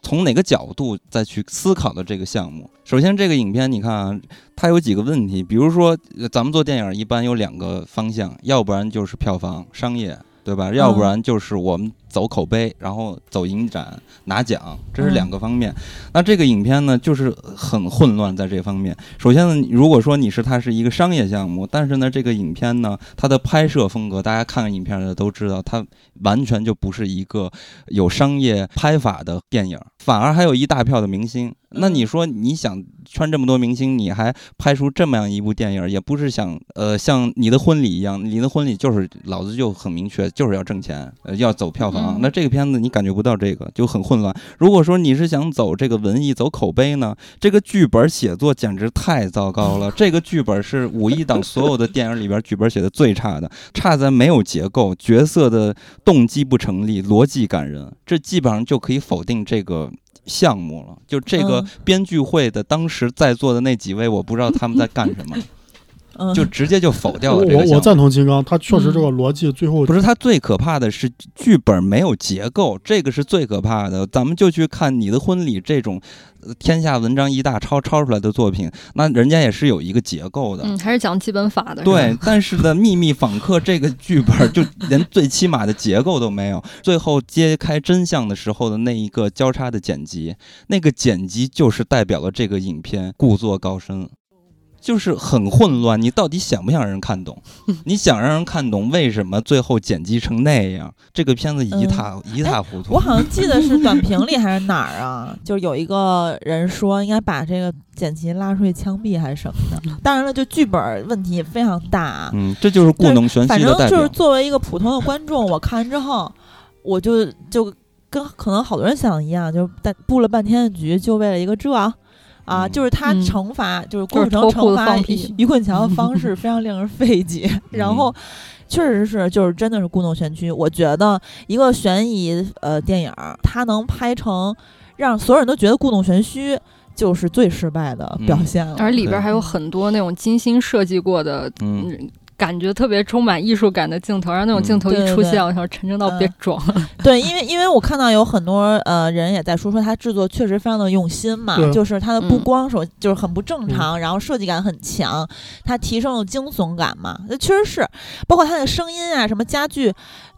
B: 从哪个角度再去思考的这个项目？首先，这个影片你看啊，它有几个问题，比如说，呃咱们做电影一般有两个方向，要不然就是票房、商业，对吧？要不然就是我们走口碑，然后走影展、拿奖，这是
A: 嗯
B: 两个方面。那这个影片呢，就是很混乱在这方面。首先呢，你如果说你是它是一个商业项目，但是呢，这个影片呢，它的拍摄风格，大家看影片的都知道，它完全就不是一个有商业拍法的电影，反而还有一大票的明星。那你说你想圈这么多明星，你还拍出这么样一部电影，也不是想呃像你的婚礼一样，你的婚礼就是老子就很明确，就是要挣钱，呃要走票房。
C: 嗯
B: 那这个片子你感觉不到这个，就很混乱。如果说你是想走这个文艺、走口碑呢，这个剧本写作简直太糟糕了。这个剧本是五一档所有的电影里边剧本写的最差的，差在没有结构，角色的动机不成立，逻辑感人，这基本上就可以否定这个项目了。就这个
A: 嗯
B: 编剧会的当时在座的那几位，我不知道他们在干什么，
A: 嗯，
B: 就直接就否掉
D: 我
B: 了这个
D: 我
B: 项
D: 我
B: 目。
D: 赞同金刚，他确实这个逻辑最后
B: 不是，他最可怕的是剧本没有结构，这个是最可怕的。咱们就去看《你的婚礼》这种呃天下文章一大抄抄出来的作品，那人家也是有一个结构的。
C: 嗯，还是讲基本法 的。是吧
B: 对，，但是呢，《秘密访客》这个剧本儿就连最起码的结构都没有。 最后揭开真相的时候的那一个交叉的剪辑，那个剪辑就是代表了这个影片故作高深，就是很混乱。你到底想不想让人 看懂？你想让人看懂为什么最后剪辑成那样？这个片子一塌、一塌糊涂。
A: 嗯哎我好像记得是短评里还是哪儿啊，就是有一个人说应该把这个剪辑拉出去枪毙还是什么的。当然了，就剧本问题也非常大啊。
B: 嗯，这就是故弄玄
A: 反
B: 虚
A: 正
B: 的代
A: 就是
B: 表。
A: 作为一个普通的观众，我看完之后，我就就跟可能好多人想的一样，就是但布了半天的局，就为了一个这啊。
B: 嗯
A: 就是他
C: 嗯
A: 惩罚，就是
C: 就
A: 郭富
C: 是
A: 城
C: 脱裤
A: 惩
C: 子
A: 罚
C: 放
A: 于
C: 屁
A: 于棍 桥的方式非常令人费 解。然后，
B: 嗯
A: 确实是，就是真的是故弄玄虚。我觉得一个悬疑呃电影儿，它能拍成让所有人都觉得故弄玄虚，就是最失败的表
B: 嗯
A: 现了。
C: 而里边
B: 对
C: 还有很多那种精心设计过的，
B: 嗯，
C: 嗯，感觉特别充满艺术感的镜头，然后那种镜头
A: 嗯对
C: 一
A: 对
C: 出
A: 对
C: 现，我想陈正道别
A: 嗯
C: 装了。
A: 对，因为因为我看到有很多呃人也在说说他制作确实非常的用心嘛，
D: 对
A: 就是它的不
C: 嗯
A: 光说就是很不正常，然后设计感很强，它提升了惊悚感嘛，那确实是，包括它的声音啊，什么家具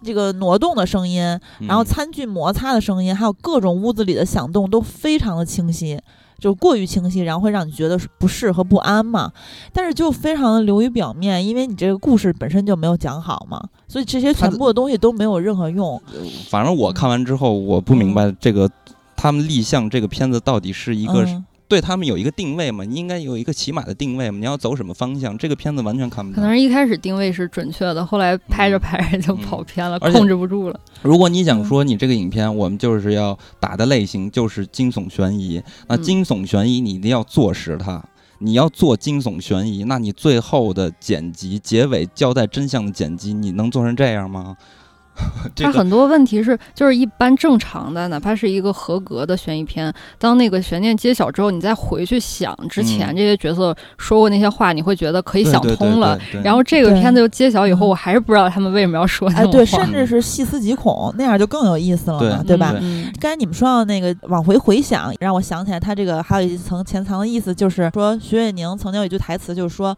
A: 这个挪动的声音，然后
B: 嗯
A: 餐具摩擦的声音，还有各种屋子里的响动都非常的清晰，就过于清晰，然后会让你觉得是不适和不安嘛。但是就非常的流于表面，因为你这个故事本身就没有讲好嘛，所以这些
B: 它
A: 全
B: 的
A: 部的东西都没有任何用。
B: 反正我看完之后，我不明白这个他们立项这个片子到底是一个
A: 嗯
B: 对他们有一个定位嘛，你应该有一个起码的定位嘛，你要走什么方向？这个片子完全看不
C: 可
B: 到
C: 能。是一开始定位是准确的，后来拍着拍着就跑偏了，
A: 嗯
B: 而且
C: 控制不住了。
B: 如果你想
C: 嗯
B: 说你这个影片，我们就是要打的类型就是惊悚悬疑，那
C: 嗯
B: 惊悚悬疑你一定要坐实它。你要做惊悚悬疑，那你最后的剪辑、结尾交代真相的剪辑，你能做成这样 吗？这
C: 它
B: 个
C: 很多问题是，就是一般正常的，哪怕是一个合格的悬疑片，当那个悬念揭晓之后，你再回去想之前
B: 嗯
C: 这些角色说过那些话，你会觉得可以
B: 对
C: 想
B: 对对
C: 通了。
B: 对对
C: 然后这个
A: 对
C: 片子又揭晓以后，
A: 嗯
C: 我还是不知道他们为什么要说那
A: 哎，
C: 种话。
A: 对，甚至是细思极恐，那样就更有意思了嘛，
B: 对
A: 对吧？
C: 嗯
A: 刚才你们说到那个往回回想，让我想起来，他这个还有一层潜藏的意思，就是说徐伟宁曾经有一句台词，就是说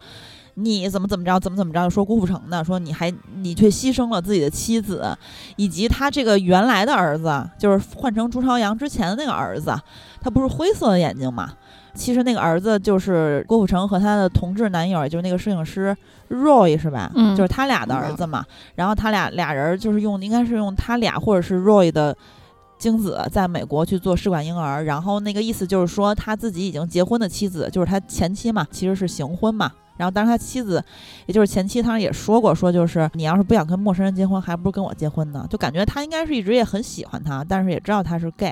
A: 你怎么怎么着，怎么怎么着，说郭富城的，说你还你却牺牲了自己的妻子，以及他这个原来的儿子，就是换成朱朝阳之前的那个儿子，他不是灰色的眼睛嘛？其实那个儿子就是郭富城和他的同志男友，也就是那个摄影师 Roy 是吧？
C: 嗯
A: 就是他俩的儿子嘛。然后他俩俩人就是用，应该是用他俩或者是 Roy 的精子在美国去做试管婴儿。然后那个意思就是说，他自己已经结婚的妻子，就是他前妻嘛，其实是行婚嘛。然后当时他妻子，也就是前妻，当时也说过，说就是你要是不想跟陌生人结婚，还不如跟我结婚呢。就感觉他应该是一直也很喜欢他，但是也知道他是 gay，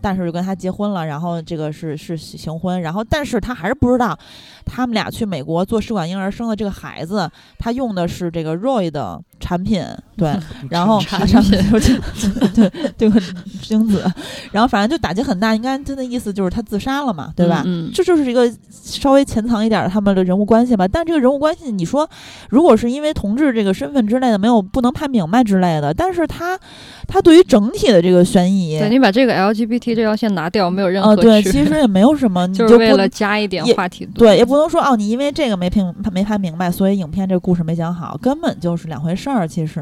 A: 但是就跟他结婚了。然后这个是是行婚，然后但是他还是不知道，他们俩去美国做试管婴儿生的这个孩子，他用的是这个 Roy 的产 品，对，然后
C: 产
A: 上
C: 品
A: 面有这 对对个精子，然后反正就打击很大，应该真的意思就是他自杀了嘛，对吧？
C: 嗯，
A: 这就是一个稍微潜藏一点儿他们的人物关系吧。但这个人物关系，你说如果是因为同志这个身份之类的，没有不能判明白之类的，但是他他对于整体的这个悬疑，
C: 对你把这个 LGBT 这条线拿掉，没有任
A: 啊、
C: 何
A: 对，
C: 趣
A: 其实也没有 什么，你
C: 就是
A: 就
C: 为
A: 不
C: 了加一点
A: 也
C: 话题度。
A: 对，也不能说哦，你因为这个没评没拍明白，所以影片这个故事没讲好，根本就是两回事儿。其实，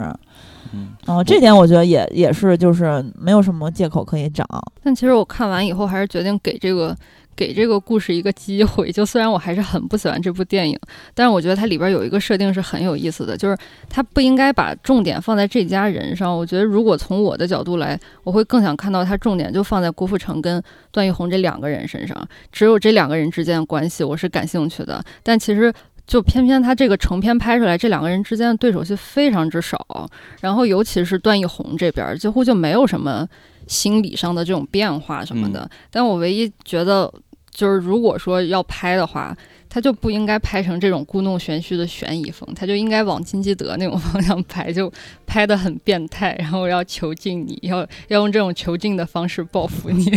B: 嗯，
A: 哦，这点我觉得也也是，就是没有什么借口可以找。
C: 但其实我看完以后，还是决定给这个给这个故事一个机会。就虽然我还是很不喜欢这部电影，但是我觉得它里边有一个设定是很有意思的，就是它不应该把重点放在这家人上。我觉得如果从我的角度来，我会更想看到它重点就放在郭富城跟段奕宏这两个人身上，只有这两个人之间的关系我是感兴趣的。但其实。就偏偏他这个成片拍出来，这两个人之间的对手戏非常之少，然后尤其是段奕宏这边，几乎就没有什么心理上的这种变化什么的。但我唯一觉得，就是如果说要拍的话，他就不应该拍成这种故弄玄虚的悬疑风，他就应该往金基德那种方向拍，就拍得很变态，然后要囚禁你，要要用这种囚禁的方式报复你。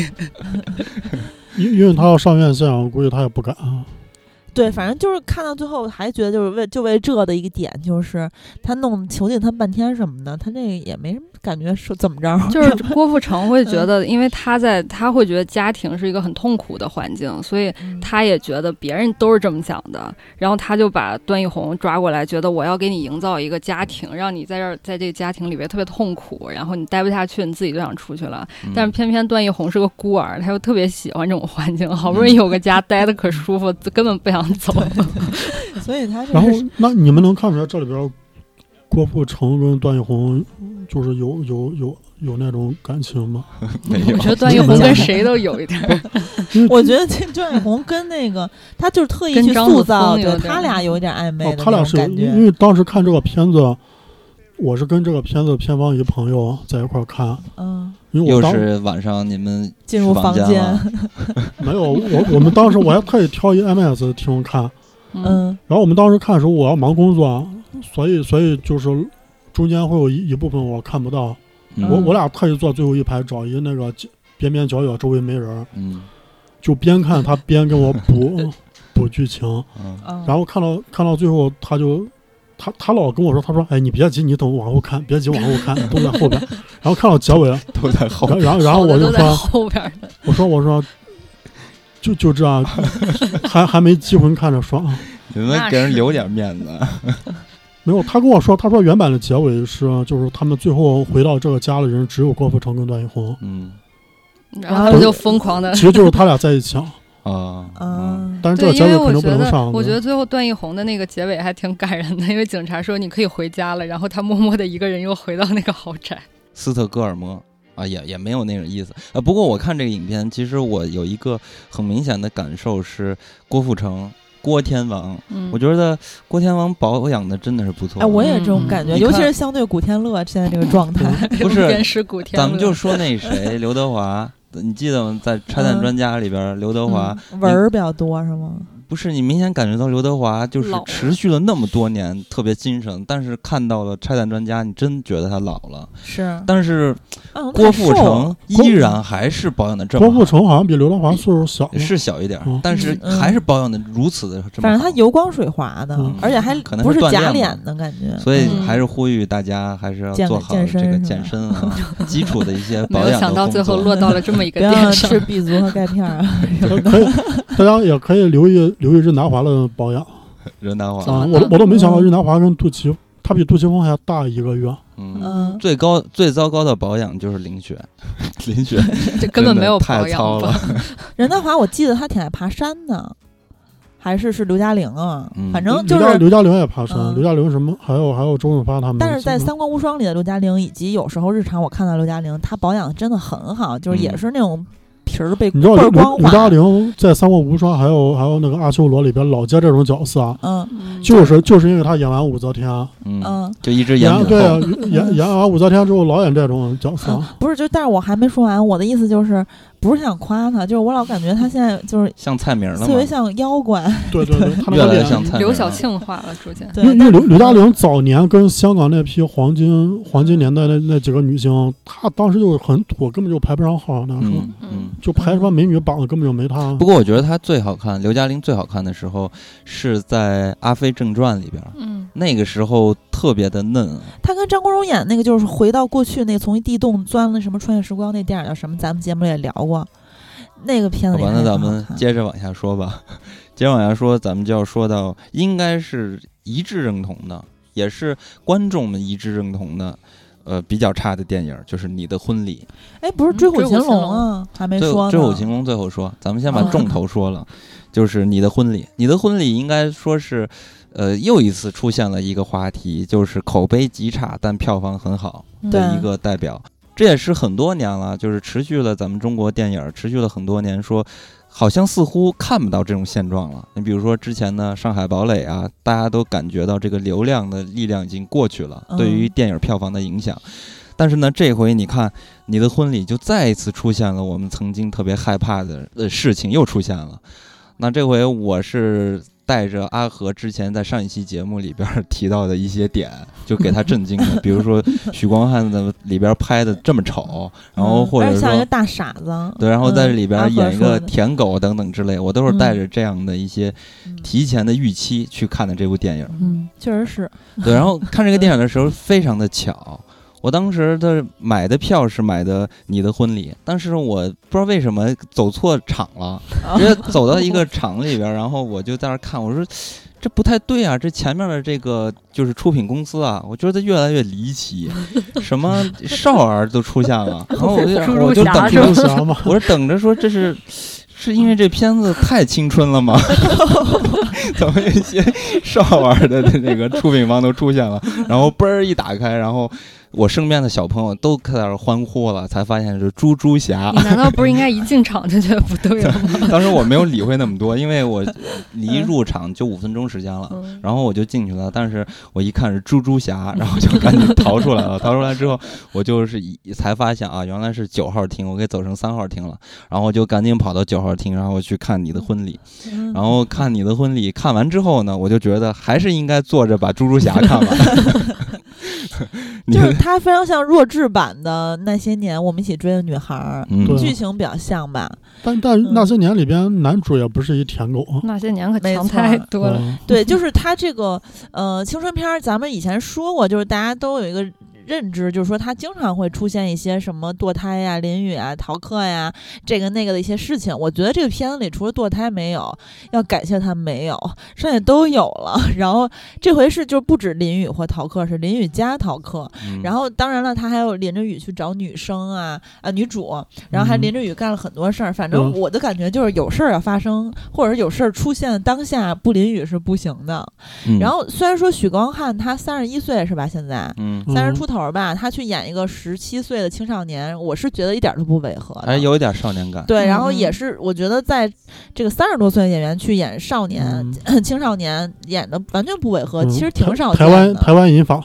D: 因因为他要上院线，我估计他也不敢。啊
A: 对，反正就是看到最后还觉得就是为就为这的一个点，就是他弄囚禁他半天什么的，他这个也没什么感觉说怎么着，
C: 就是郭富城会觉得，因为他在他会觉得家庭是一个很痛苦的环境，所以
A: 嗯
C: 他也觉得别人都是这么想的，然后他就把段奕宏抓过来，觉得我要给你营造一个家庭，让你在这儿在这个家庭里边特别痛苦，然后你待不下去，你自己就想出去了。
B: 嗯
C: 但是偏偏段奕宏是个孤儿，他又特别喜欢这种环境，好不容易有个家待的可舒服，根本不想走。
A: 所以他是
D: 然后，那你们能看出来这里边郭富城跟段奕宏就是有有有有那种感情吗？
B: 没有
C: 我，觉得段奕宏跟谁都有一点儿，
A: 我觉得这段奕宏跟那个他就是特意
C: 跟
A: 去
C: 张子
A: 塑造，
C: 枫有
A: 对
C: 点嗯
A: 他俩有一点暧昧
D: 哦
A: 的，
D: 他俩
A: 那
D: 是
A: 种
D: 有，
A: 感
D: 因
A: 觉。
D: 为当时看这个片子，我是跟这个片子片方一朋友在一块儿看，
A: 嗯，
D: 因为我
B: 又
D: 当
B: 是晚上你们
A: 进入
B: 房
A: 房
B: 间
A: 间，
B: 了
D: 没有我我们当时我还特意挑一 IMAX 厅看，
C: 嗯，
A: 嗯，
D: 然后我们当时看的时候我要忙工作，啊所以所以就是中间会有一一部分我看不到，
B: 嗯
D: 我我俩特意坐最后一排找一那个边边角角周围没人儿，
B: 嗯
D: 就边看他边跟我 补补剧情。
B: 嗯
A: 嗯
D: 然后看到看到最后，他就他他老跟我说，他说：“哎，你别急，你等往后看，别急，往后看，都在后边。”然后看到结尾，然
B: 都在后
D: 后
B: 面，
D: 然后然后
C: 好的
D: 我就
C: 都在
D: 说
C: 后边儿呢，：“
D: 我说我说，就就这样，还还没机魂看着说啊，
B: 你们给人留点面子。
D: 没有。”他跟我说，他说原版的结尾是啊就是他们最后回到这个家的人只有郭富城跟段奕宏，
B: 嗯
C: 然后他就疯狂的
D: 其实就是他俩在一起啊。
B: 啊嗯
A: 嗯，
D: 但是这
C: 对，
D: 个
C: 因
D: 结尾
C: 为
D: 肯
C: 我
D: 定不
C: 觉
D: 能
C: 得，
D: 上。
C: 我觉得最后段奕宏的那个结尾还挺感人的，因为警察说你可以回家了，然后他默默的一个人又回到那个豪宅。
B: 斯特哥尔摩啊，也也没有那种意思啊。不过我看这个影片，其实我有一个很明显的感受是郭富城。郭天王，
C: 嗯
B: 我觉得郭天王保养的真的是不错。
A: 哎，我也这种感觉，
B: 嗯
A: 尤其是相对古天乐现在这个状态，
B: 不是
C: 天师古天乐，
B: 咱们就说那谁刘德华，你记得吗？在《拆弹专家》里边，刘德华
A: 嗯文儿比较多是吗？
B: 不是你明显感觉到刘德华就是
C: 老了
B: 持续了那么多年特别精神，但是看到了《拆弹专家》，你真觉得他老了。
A: 是，
B: 但是
A: 啊
B: 郭富，城
D: 郭
B: 依然还是保养的这么
D: 郭
B: 好，
D: 富城好像比刘德华岁数小嘛，
B: 是小一点儿
D: 嗯，
B: 但是
A: 嗯
B: 还是保养的如此的这么好。
A: 反正他油光水滑的
D: 嗯，
A: 而且还
B: 可能
A: 不
B: 是
A: 是
B: 锻炼
A: 假
B: 嘛
A: 脸的感觉，
B: 所以
A: 嗯
B: 还是呼吁大家还是要
A: 健
B: 做好
A: 健身
B: 这个
A: 是吧
B: 健身啊，基础的一些
C: 没
B: 保
C: 有
B: 养的工作。
C: 想到最后落到了这么 一个
A: 不要
C: 点上
A: 吃。B 族和钙片儿啊。
D: 可以，大家也可以留意留意任达华的保养
B: 任达华，
D: 啊！
C: 嗯
D: 我都我都没想到任达华跟杜琪，他比杜琪峰还大一个月。
B: 嗯，
A: 嗯，
B: 最高最糟糕的保养就是凝血，凝血
C: 这根本没有
B: 真的
C: 保
B: 太糙
C: 养
B: 了
C: 吧？。
A: 任达华我记得他挺爱爬山的，还是是刘嘉玲啊
B: 嗯，
A: 反正就
D: 刘嘉
A: 是。
D: 刘嘉玲也爬山，
A: 嗯
D: 刘嘉玲什么还有还有周润发他们。
A: 但是在《三国无双》里的刘嘉玲，以及有时候日常我看到刘嘉玲，她保养的真的很好，就是也
B: 嗯
A: 是那种皮儿被倍
D: 你知道
A: 儿
D: 刘
A: 光
D: 刘刘嘉
A: 滑。
D: 玲在《三国无双》还有还有那个《阿修罗》里边老接这种角色啊，
A: 嗯
C: 嗯
D: 就是就是因为她演完武则天，啊
B: 嗯，
A: 嗯，
B: 就一直
D: 演
B: 演
D: 对啊演演完武则天之后老演这种角色，啊
A: 不是，就但是我还没说完，我的意思就是不是想夸她，就是我老感觉她现在就是
B: 像蔡明了
A: 特别
B: 吗？
A: 像妖 怪。
D: 对对对，她那
B: 越
D: 个
B: 来越
D: 脸。
B: 像蔡明了。
C: 刘晓庆化了，逐渐。
A: 嗯对
D: 因为，因
A: 但
D: 为刘刘嘉玲早年跟香港那批黄金黄金年代的那几个女星，她当时就是很土，根本就排不上号。那个时候
B: 嗯嗯。
D: 就排什么美女榜根本就没她
B: 不。过我觉得她最好看，刘嘉玲最好看的时候是在《阿飞正传》里边，
C: 嗯，
B: 那个时候特别的嫩啊，
A: 她跟张国荣演那个就是回到过去那个从一地洞钻了什么穿越时光那电影叫什么？咱们节目里也聊过，那个片子里
B: 哦
A: 嗯
B: 完
A: 还
B: 了，
A: 挺
B: 咱
A: 好
B: 们
A: 看
B: 接着往下说吧。 接着往下说，咱们就要说到应该是一致认同的，也是观众们一致认同的呃比较差的电影，就是《你的婚礼
A: 哎，不是《追
C: 嗯
A: 虎
C: 追虎
A: 擒
C: 擒
A: 龙》啊，还》。没
B: 最
A: 说
B: 后
A: 呢。
B: 最后秦龙最后说，咱们先把
A: 哦
B: 重头说了， 就是《你的婚礼》。《你的婚礼》应该说是，呃，又一次出现了一个话题，就是口碑极差但票房很好的
A: 对
B: 一个代表。这也是很多年了，就是持续了咱们中国电影持续了很多年，说好像似乎看不到这种现状了。你比如说之前的《上海堡垒》啊，大家都感觉到这个流量的力量已经过去了，
A: 嗯
B: 对于电影票房的影响。但是呢，这回你看，你的婚礼就再一次出现了我们曾经特别害怕的呃事情又出现了。那这回我是带着阿和之前在上一期节目里边儿提到的一些点，就给他震惊 了，比如说许光汉的里边拍的这么丑，然后
A: 嗯
B: 或者
A: 而且像一个
B: 说。
A: 大傻子，
B: 对，然后在里边
A: 嗯
B: 演一
A: 阿和
B: 个
A: 说的嗯
B: 舔狗等等之类，我都是带着这样的一些提前的预期去看的这部电影。
A: 嗯，确实是，
B: 对，然后看这个电影的时候非常的巧，我当时的买的票是买的《你的婚礼》，但是我不知道为什么走错场了，
C: 哦
B: 直接走到一个场里边儿，然后我就在那儿看，我说。这不太对啊！这前面的这个就是出品公司啊，我觉得越来越离奇，什么少儿都出现 了，然后我就
C: 猪
B: 我
C: 猪
B: 就
C: 侠
B: 等
C: 是吧
B: 着
D: 蜘蛛侠嘛，
B: 我是等着说这是是因为这片子太青春了吗？怎么有一些少儿的那个出品方都出现了？然后嘣儿一打开，然后我身边的小朋友都开始欢呼了，才发现是猪猪侠
C: 你。难道不是应该一进场就觉得不对了吗？
B: 当时我没有理会那么多，因为我离入场就五分钟时间了。
C: 嗯
B: 然后我就进去了，但是我一看是猪猪侠，然后就赶 紧逃出来了。逃出来之后，我就是一才发现啊，原来是九号厅，我给走成三号厅了。然后我就赶紧跑到九号厅，然后我去看你的婚礼。
A: 嗯
B: 然后看你的婚礼，看完之后呢，我就觉得还是应该坐着把猪猪侠看完。 你
A: 就是它非常像弱智版的那些年我们一起追的女孩儿，
B: 嗯，
D: 对
A: 剧情比较像吧？
D: 但但
A: 嗯
D: 那些年里边男主也不是一舔狗啊，
C: 那些年可
A: 没
C: 强
A: 错
C: 太多了。
D: 嗯
A: 对，就是它这个呃青春片儿，咱们以前说过，就是大家都有一个认知，就是说它经常会出现一些什么堕胎呀、淋雨啊、逃课呀、这个那个的一些事情。我觉得这个片子里除了堕胎没有，要感谢它没有，剩下都有了。 然后这回是就不止淋雨或逃课，是淋雨加逃课。
B: 嗯
A: 然后当然了，他还有淋着雨去找女生啊啊女主，然后还
D: 嗯
A: 淋着雨干了很多事儿。反正
D: 嗯
A: 我的感觉就是有事儿要发生，或者是有事儿出现当下不淋雨是不行的。
B: 嗯
A: 然后虽然说许光汉他三十一岁是吧？现在
B: 嗯，
A: 三十
D: 嗯
A: 出头儿吧，他去演一个十七岁的青少年，我是觉得一点儿都不违和的。
D: 哎
B: 还有一点少年感。
A: 对，然后也
C: 嗯
A: 是我觉得在这个三十多岁的演员去演少年、青少年演的完全不违和，
D: 嗯
A: 其实挺
D: 台
A: 少
D: 台
A: 见
D: 湾
A: 的。
D: 台湾银发，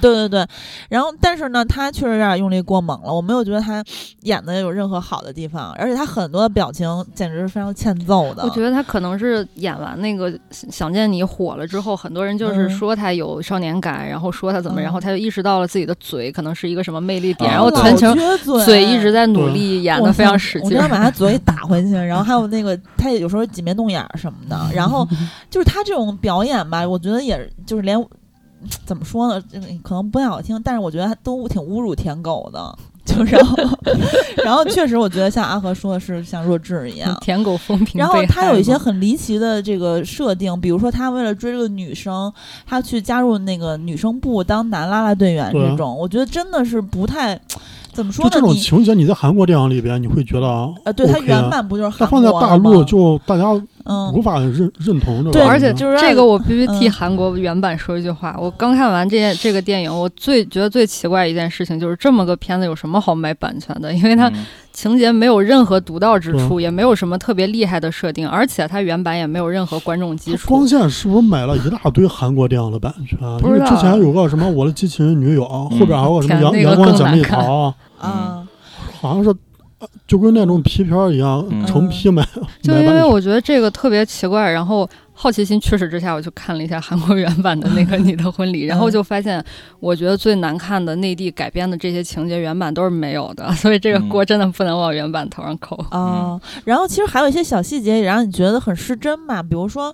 A: 对对对，然后但是呢，他确实有点用力过猛了，我没有觉得他演的有任何好的地方，而且他很多表情简直是非常欠揍的。
C: 我觉得他可能是演完那个《想想见你》火了之后，很多人就是
A: 嗯
C: 说他有少年感，然后说他怎么，
A: 嗯
C: 然后他就意识到了自己的嘴可能是一个什么魅力点，
B: 啊
C: 然后
B: 老
C: 全程
A: 撅嘴
C: 嘴一直在努力演的非常使
A: 我
C: 劲
A: 真。要 把他嘴打回去，然后还有那个他也有时候挤眉弄眼儿什么的，然 后就是他这种表演吧，我觉得也就是连怎么说呢，这个可能不太好听，但是我觉得他都挺侮辱舔狗的， 就是然后然后确实我觉得像阿和说的是像弱智一样
C: 嗯。舔狗风评被
A: 然
C: 害嘛，
A: 后他有一些很离奇的这个设定，比如说他为了追这个女生，他去加入那个女生部当男啦啦队员
D: 对啊
A: 这种，我觉得真的是不太怎么说
D: 就
A: 呢？
D: 这种
A: 你
D: 情节，你在韩国电影里边你会觉得啊
A: 呃，对，它
D: OK 啊
A: 原版不就是
D: 它
A: 韩国
D: 放在大陆
A: 吗
D: 就大家无
A: 嗯，
D: 法认认同这
A: 对
D: 个，
C: 而且
A: 就是让
C: 这个，我必须替
A: 嗯
C: 韩国原版说一句话。我刚看完这件这个电影，我最觉得最奇怪一件事情就是，这么个片子有什么好买版权的？因为它
B: 嗯
C: 情节没有任何独到之处，也没有什么特别厉害的设定，而且它原版也没有任何观众基
D: 它光
C: 础。
D: 线是不是买了一大堆韩国电影的版权啊？
C: 不
D: 因
C: 知
D: 为
C: 道
D: 之前有个什么《我的机器人女友》，后边还有个什么
C: 天
D: 阳《
C: 那个
D: 阳光
C: 更
D: 姐
C: 难
D: 妹
C: 看
D: 淘》啊，
A: 啊，
D: 好像是呃就跟那种皮片儿一样，
B: 嗯
D: 成批买。
C: 就
D: 买
C: 因
D: 版
C: 为
D: 权
C: 我觉得这个特别奇怪，然后好奇心驱使之下，我去看了一下韩国原版的那 个《你的婚礼》，然后
D: 嗯
C: 就发现，我觉得最难看的内地改编的这些情节原版都是没有的，所以这个
D: 嗯
C: 锅真的不能往原版头上扣。
A: 啊、然后其实还有一些小细节也让你觉得很失真嘛，比如说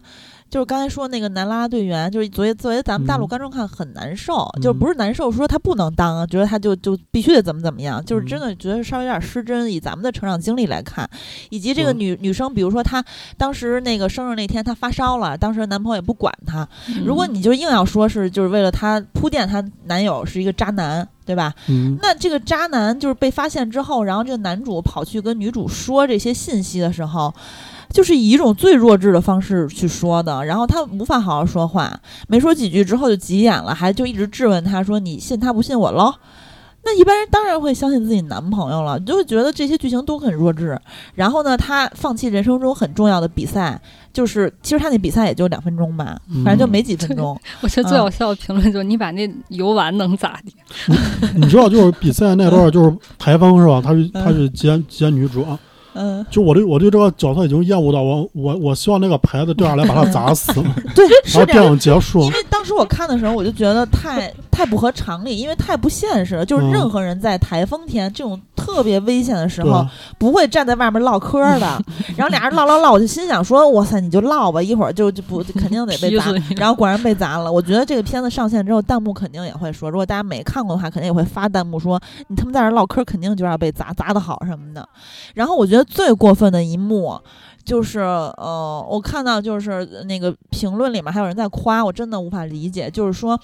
A: 就是刚才说那个男啦啦队员，就是作为作为咱们大陆
D: 嗯
A: 观众看很难受，
D: 嗯
A: 就不是难受，说他不能当啊，觉得他就就必须得怎么怎么样，就是
D: 嗯
A: 真的觉得稍微有点失真。以咱们的成长经历来看，以及这个
D: 对
A: 女女生，比如说她当时那个生日那天她发烧了，当时男朋友也不管她，
D: 嗯
A: 如果你就硬要说是就是为了她铺垫她男友是一个渣男，对吧？
D: 嗯，
A: 那这个渣男就是被发现之后，然后这个男主跑去跟女主说这些信息的时候，就是以一种最弱智的方式去说的，然后他无法好好说话，没说几句之后就急眼了，还就一直质问他说：“你信他不信我喽？”那一般人当然会相信自己男朋友了，就会觉得这些剧情都很弱智。然后呢，他放弃人生中很重要的比赛，就是其实他那比赛也就两分钟吧，
D: 嗯
A: 反正就没几分钟。
C: 我觉得最好笑的评论就是你把那游玩能咋地？
D: 你知道就是比赛那段就是台风是吧？他
C: 嗯
D: 是他是接接女主啊，
A: 嗯，
D: 就我对我对这个角色已经厌恶到我我我希望那个牌子掉下来把他砸死，
A: 对，
D: 然后
A: 是哦这
D: 哦电
A: 样。
D: 影结束
A: 因。为当时我看的时候，我就觉得太太不合常理，因为太不现实了。就是
D: 嗯
A: 任何人在台风天这种特别危险的时
D: 对
A: 候，不会站在外面唠嗑的。然后俩人唠唠唠，我就心想说：“哇塞，你就唠吧，一会儿就就不肯定得被砸
C: 劈死。你”
A: 然后果然被砸了。我觉得这个片子上线之后，弹幕肯定也会说，如果大家没看过的话，肯定也会发弹幕说：“你他妈在这唠嗑，肯定就要被砸，砸得好什么的。”然后我觉得最过分的一幕，就是呃，我看到就是呃那个评论里面还有人在夸，我真的无法理解，就是说，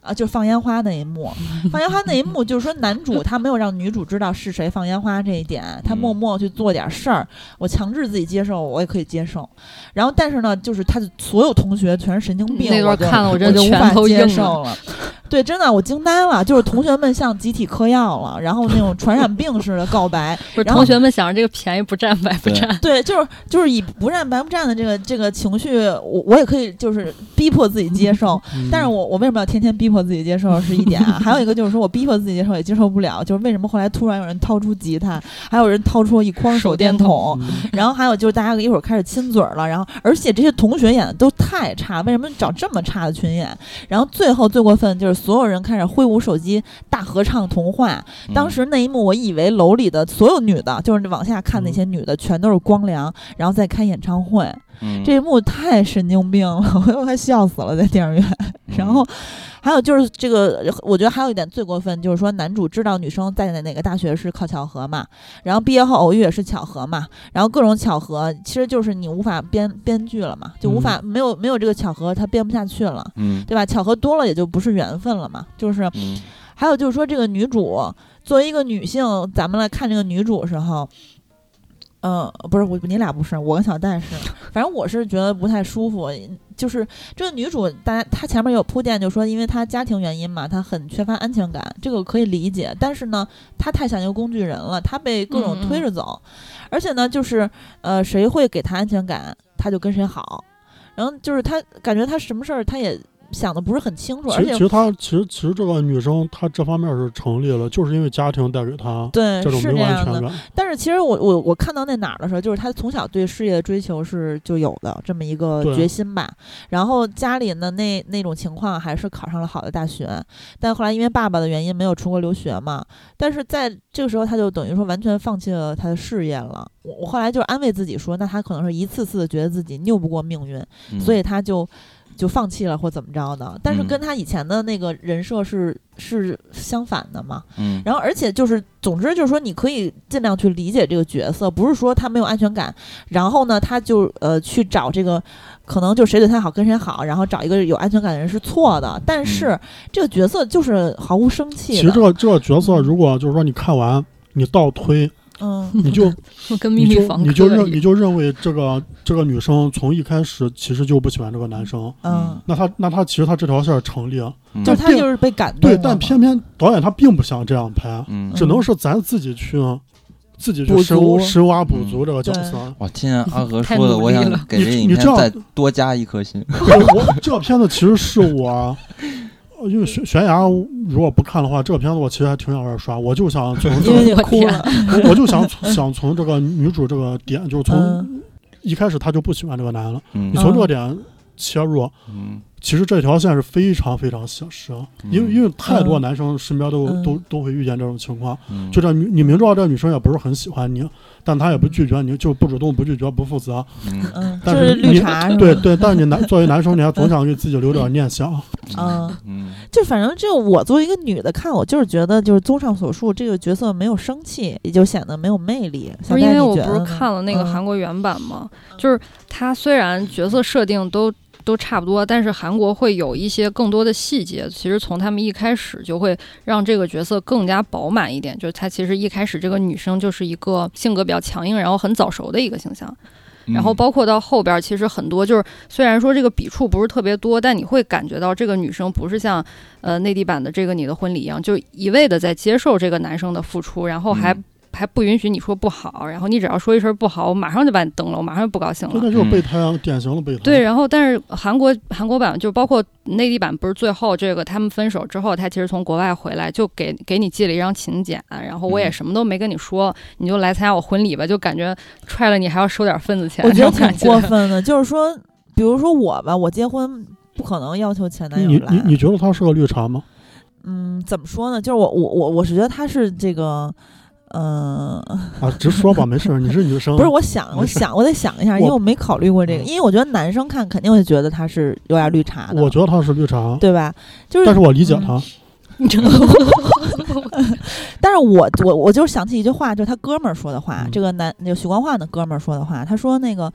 A: 呃，就是放烟花那一幕，放烟花那一幕，就是说男主他没有让女主知道是谁放烟花这一点，他默
C: 嗯
A: 默去做点事儿，我强制自己接受，我也可以接受。然后但是呢，就是他的所有同学全是神经病，
C: 那段
A: 我就
C: 看了我
A: 我
C: 真的
A: 就无
C: 拳
A: 法
C: 头
A: 接
C: 硬
A: 受了。对，真的我惊呆了，就是同学们像集体嗑药了，然后那种传染病似的告白，
C: 不是
A: 然后
C: 同学们想着这个便宜不占白不占，
A: 对，就是就是以不占白不占的这个这个情绪，我我也可以就是逼迫自己接受，
D: 嗯
A: 但是我我为什么要天天逼迫自己接受是一点啊， 还有一个就是说我逼迫自己接受也接受不了，就是为什么后来突然有人掏出吉他，还有人掏出一筐
C: 手
A: 手
C: 电
A: 电筒，
D: 嗯
A: 然后还有就是大家一会儿开始亲嘴儿了，然后而且这些同学演的都太差，为什么找这么差的群演？然后最后最过分就是所有人开始挥舞手机大合唱童话，
B: 嗯
A: 当时那一幕，我以为楼里的所有女的，就是往下看那些女的，全都是光良，然后再开演唱会。
B: 嗯
A: 这一幕太神经病了，我都快笑死了，在电影院。
B: 嗯
A: 然后还有就是这个，我觉得还有一点最过分，就是说男主知道女生在哪哪个大学是靠巧合嘛，然后毕业后偶遇也是巧合嘛，然后各种巧合，其实就是你无法编编剧了嘛，就无法、没有没有这个巧合，它编不下去了，
B: 嗯
A: 对吧？巧合多了也就不是缘分了嘛，就是
B: 嗯
A: 还有就是说，这个女主作为一个女性，咱们来看这个女主的时候，嗯、不是我，你俩不是，我跟小 戴是，反正我是觉得不太舒服。就是这个女主，大家她前面有铺垫，就说因为她家庭原因嘛，她很缺乏安全感，这个可以理解。但是呢，她太像一个工具人了，她被各种
C: 嗯嗯
A: 推着走，而且呢，就是呃，谁会给她安全感，她就跟谁好。然后就是她感觉她什么事儿她也想的不是很清楚，
D: 其
A: 而
D: 实
A: 且
D: 其实她其实其实这个女生她这方面是成立了，就是因为家庭带给她
A: 对
D: 这种
A: 是
D: 没
A: 这
D: 有安
A: 样
D: 全
A: 的。
D: 感。
A: 但是其实我我我看到那哪儿的时候，就是他从小对事业的追求是就有的这么一个
D: 对
A: 决心吧。然后家里呢那那种情况还是考上了好的大学，但后来因为爸爸的原因没有出国留学嘛。但是在这个时候，他就等于说完全放弃了他的事业了。我我后来就安慰自己说，那他可能是一次次的觉得自己拗不过命运，
B: 嗯
A: 所以他就就放弃了或怎么着的。但是
B: 嗯
A: 跟他以前的那个人设是是相反的嘛。
B: 嗯
A: 然后，而且就是，总之就是说，你可以尽量去理解这个角色，不是说他没有安全感，然后呢，他就呃去找这个，可能就谁对他好跟谁好，然后找一个有安全感的人是错的。但是、
C: 嗯
A: 这个角色就是毫无生
D: 其
A: 气
D: 实
A: 的，
D: 这个这个角色，如果就是说你看完你倒 推，
A: 嗯，
D: 你就
C: 跟秘
D: 你
C: 密
D: 就
C: 房
D: 你就
C: 客
D: 认
C: 一
D: 你
C: 样。
D: 就认为这个这个女生从一开始其实就不喜欢这个男生，
A: 嗯，
D: 那她那她其实她这条线儿成立，
B: 嗯
A: 就是他
D: 但
A: 就是被感动了
D: 对，
A: 嘛。
D: 但偏偏导演他并不想这样拍，
B: 嗯
D: 只能是咱自己去自己去
A: 补
D: 深
A: 足嗯
D: 深挖补足这个角色。
B: 哇，听见阿和
C: 太
B: 说的，
C: 努
B: 我
C: 力
B: 想
C: 了
B: 给
D: 你
B: 这
D: 你
B: 影片
D: 知道
B: 再多加一颗心。
D: 我我 这个片子其实是我。呃因为悬悬崖，如果不看的话，这个片子我其实还挺想二刷。我就想从这
A: 因为你
D: 个，
A: 哭了，
D: 我我就想从想从这个女主这个点，就是从
A: 嗯
D: 一开始她就不喜欢这个男的，
B: 嗯
D: 你从这个点切入，
B: 嗯
D: 其实这条线是非常非常小深，因为
B: 嗯
D: 因为太多男生身边都、
A: 嗯
D: 都都会遇见这种情况，
B: 嗯
D: 就这女你明知道这女生也不是很喜欢你，但她也不拒绝你，就不主动不拒绝不负责，
B: 嗯
A: 嗯，就
D: 但
A: 是
D: 是
A: 绿
D: 你
A: 茶是吧？
D: 对对，但是你男作为男生，你 还总想给自己留点念想，
A: 嗯
B: 嗯
A: 就反正就我作为一个女的看，我就是觉得就是综上所述，这个角色没有生气，也就显得没有魅力。
C: 不
A: 小
C: 是
A: 戴
C: 因为
A: 你
C: 我
A: 觉
C: 不是
A: 得呢
C: 看了那个
A: 嗯
C: 韩国原版吗？就是它虽然角色设定都都差不多，但是韩国会有一些更多的细节。其实从他们一开始就会让这个角色更加饱满一点，就是她其实一开始这个女生就是一个性格比较强硬，然后很早熟的一个形象。
B: 嗯
A: 嗯
C: 然后包括到后边儿，其实很多就是虽然说这个笔触不是特别多，但你会感觉到这个女生不是像呃内地版的这个《你的婚礼》一样，就一味的在接受这个男生的付出，然后还、
B: 嗯
C: 还不允许你说不好，然后你只要说一声不好，我马上就把你蹬了，我马上就不高兴
D: 就
C: 了。
D: 那就是备胎啊，典型的备胎。
C: 对，然后但是韩国韩国版就包括内地版，不是最后这个他们分手之后，他其实从国外回来就给给你寄了一张请柬，然后我也
B: 嗯
C: 什么都没跟你说，你就来参加我婚礼吧，就感觉踹了你还要收点份子钱，
A: 我觉得
C: 这种感
A: 挺过分的，就是说，比如说我吧，我结婚不可能要求前男
D: 你
A: 友
D: 你你
A: 来。
D: 觉得他是个绿茶吗？
A: 嗯，怎么说呢？就是我我我我是觉得他是这个，嗯、
D: 啊，直说吧，没事儿，你是女生，
A: 不是，我想，我
D: 没事
A: 想，我得想一下，因为
D: 我嗯
A: 我没考虑过这个，因为我觉得男生看肯定会觉得他是有点绿茶的，
D: 我觉得他是绿茶，
A: 对吧？就是，
D: 但是我理解
A: 嗯
D: 他，
A: 但是我我我就想起一句话，就是他哥们儿说的话，
D: 嗯
A: 这个男那个许光汉的哥们儿说的话，他说那个。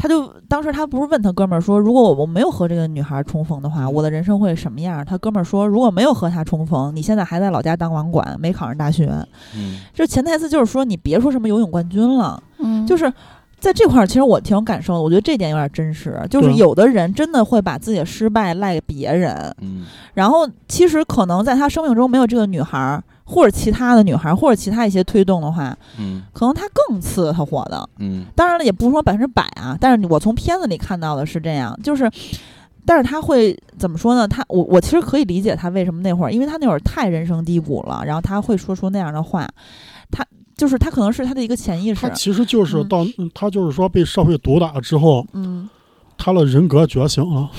A: 他就当时他不是问他哥们儿说，如果我我没有和这个女孩重逢的话，我的人生会什么样儿？他哥们儿说，如果没有和她重逢，你现在还在老家当网管，没考上大学，
B: 嗯
A: 这潜台词就是说你别说什么游泳冠军了，
C: 嗯
A: 就是在这块儿，其实我挺有感受的。我觉得这点有点真实，就是
D: 对
A: 有的人真的会把自己的失败赖给别人，
B: 嗯
A: 然后其实可能在他生命中没有这个女孩儿，或者其他的女孩儿，或者其他一些推动的话，
B: 嗯
A: 可能他更次他火的。
B: 嗯
A: 当然了，也不是说百分之百啊，但是我从片子里看到的是这样，就是。但是他会怎么说呢？他我我其实可以理解他为什么那会儿，因为他那会儿太人生低谷了，然后他会说出那样的话，他就是他可能是他的一个潜意识
D: 他，其实就是
A: 嗯
D: 到他就是说被社会毒打之后，
A: 嗯，
D: 他的人格觉醒了，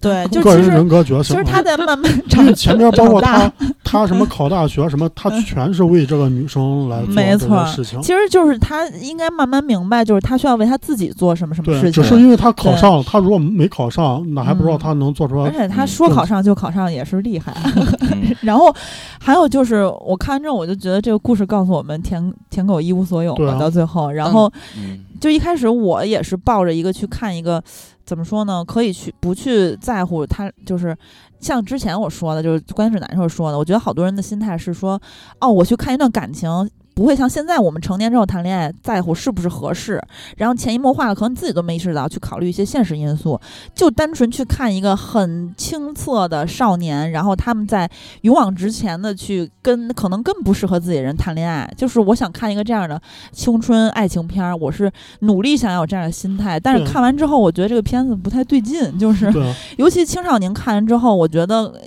A: 对，就
D: 个
A: 其
D: 人
A: 实
D: 人格觉
A: 其
D: 醒
A: 实
D: 了。
A: 他在慢慢
D: 因
A: 长
D: 为，前面包括
A: 长嗯
D: 他，他什么考大学什么，他全是为这个女生来做
A: 没
D: 这
A: 错
D: 件事情。
A: 其实就是他应该慢慢明白，就是他需要为他自己做什么什么
D: 对，
A: 事
D: 只
A: 情。
D: 是因为他考上了，他如果没考上，那还不
A: 嗯
D: 知道他能做出
A: 而
D: 来。
A: 且他说考上就考上也是厉害，啊
B: 嗯
A: 然后还有就是我看完之后我就觉得这个故事告诉我们舔舔狗一无所有
D: 对
A: 嘛，
D: 啊
A: 到最后，然后
B: 嗯
A: 就一开始我也是抱着一个去看一个，怎么说呢？可以去不去在乎他，就是像之前我说的，就是关指南时候说的，我觉得好多人的心态是说，哦，我去看一段感情。不会像现在我们成年之后谈恋爱，在乎是不是合适，然后潜移默化的，可能自己都没意识到去考虑一些现实因素，就单纯去看一个很青涩的少年，然后他们在勇往直前的去跟可能更不适合自己的人谈恋爱。就是我想看一个这样的青春爱情片儿，我是努力想要有这样的心态，但是
D: 对
A: 看完之后，我觉得这个片子不太对劲，就是
D: 对，
A: 尤其青少年看完之后，我觉得呃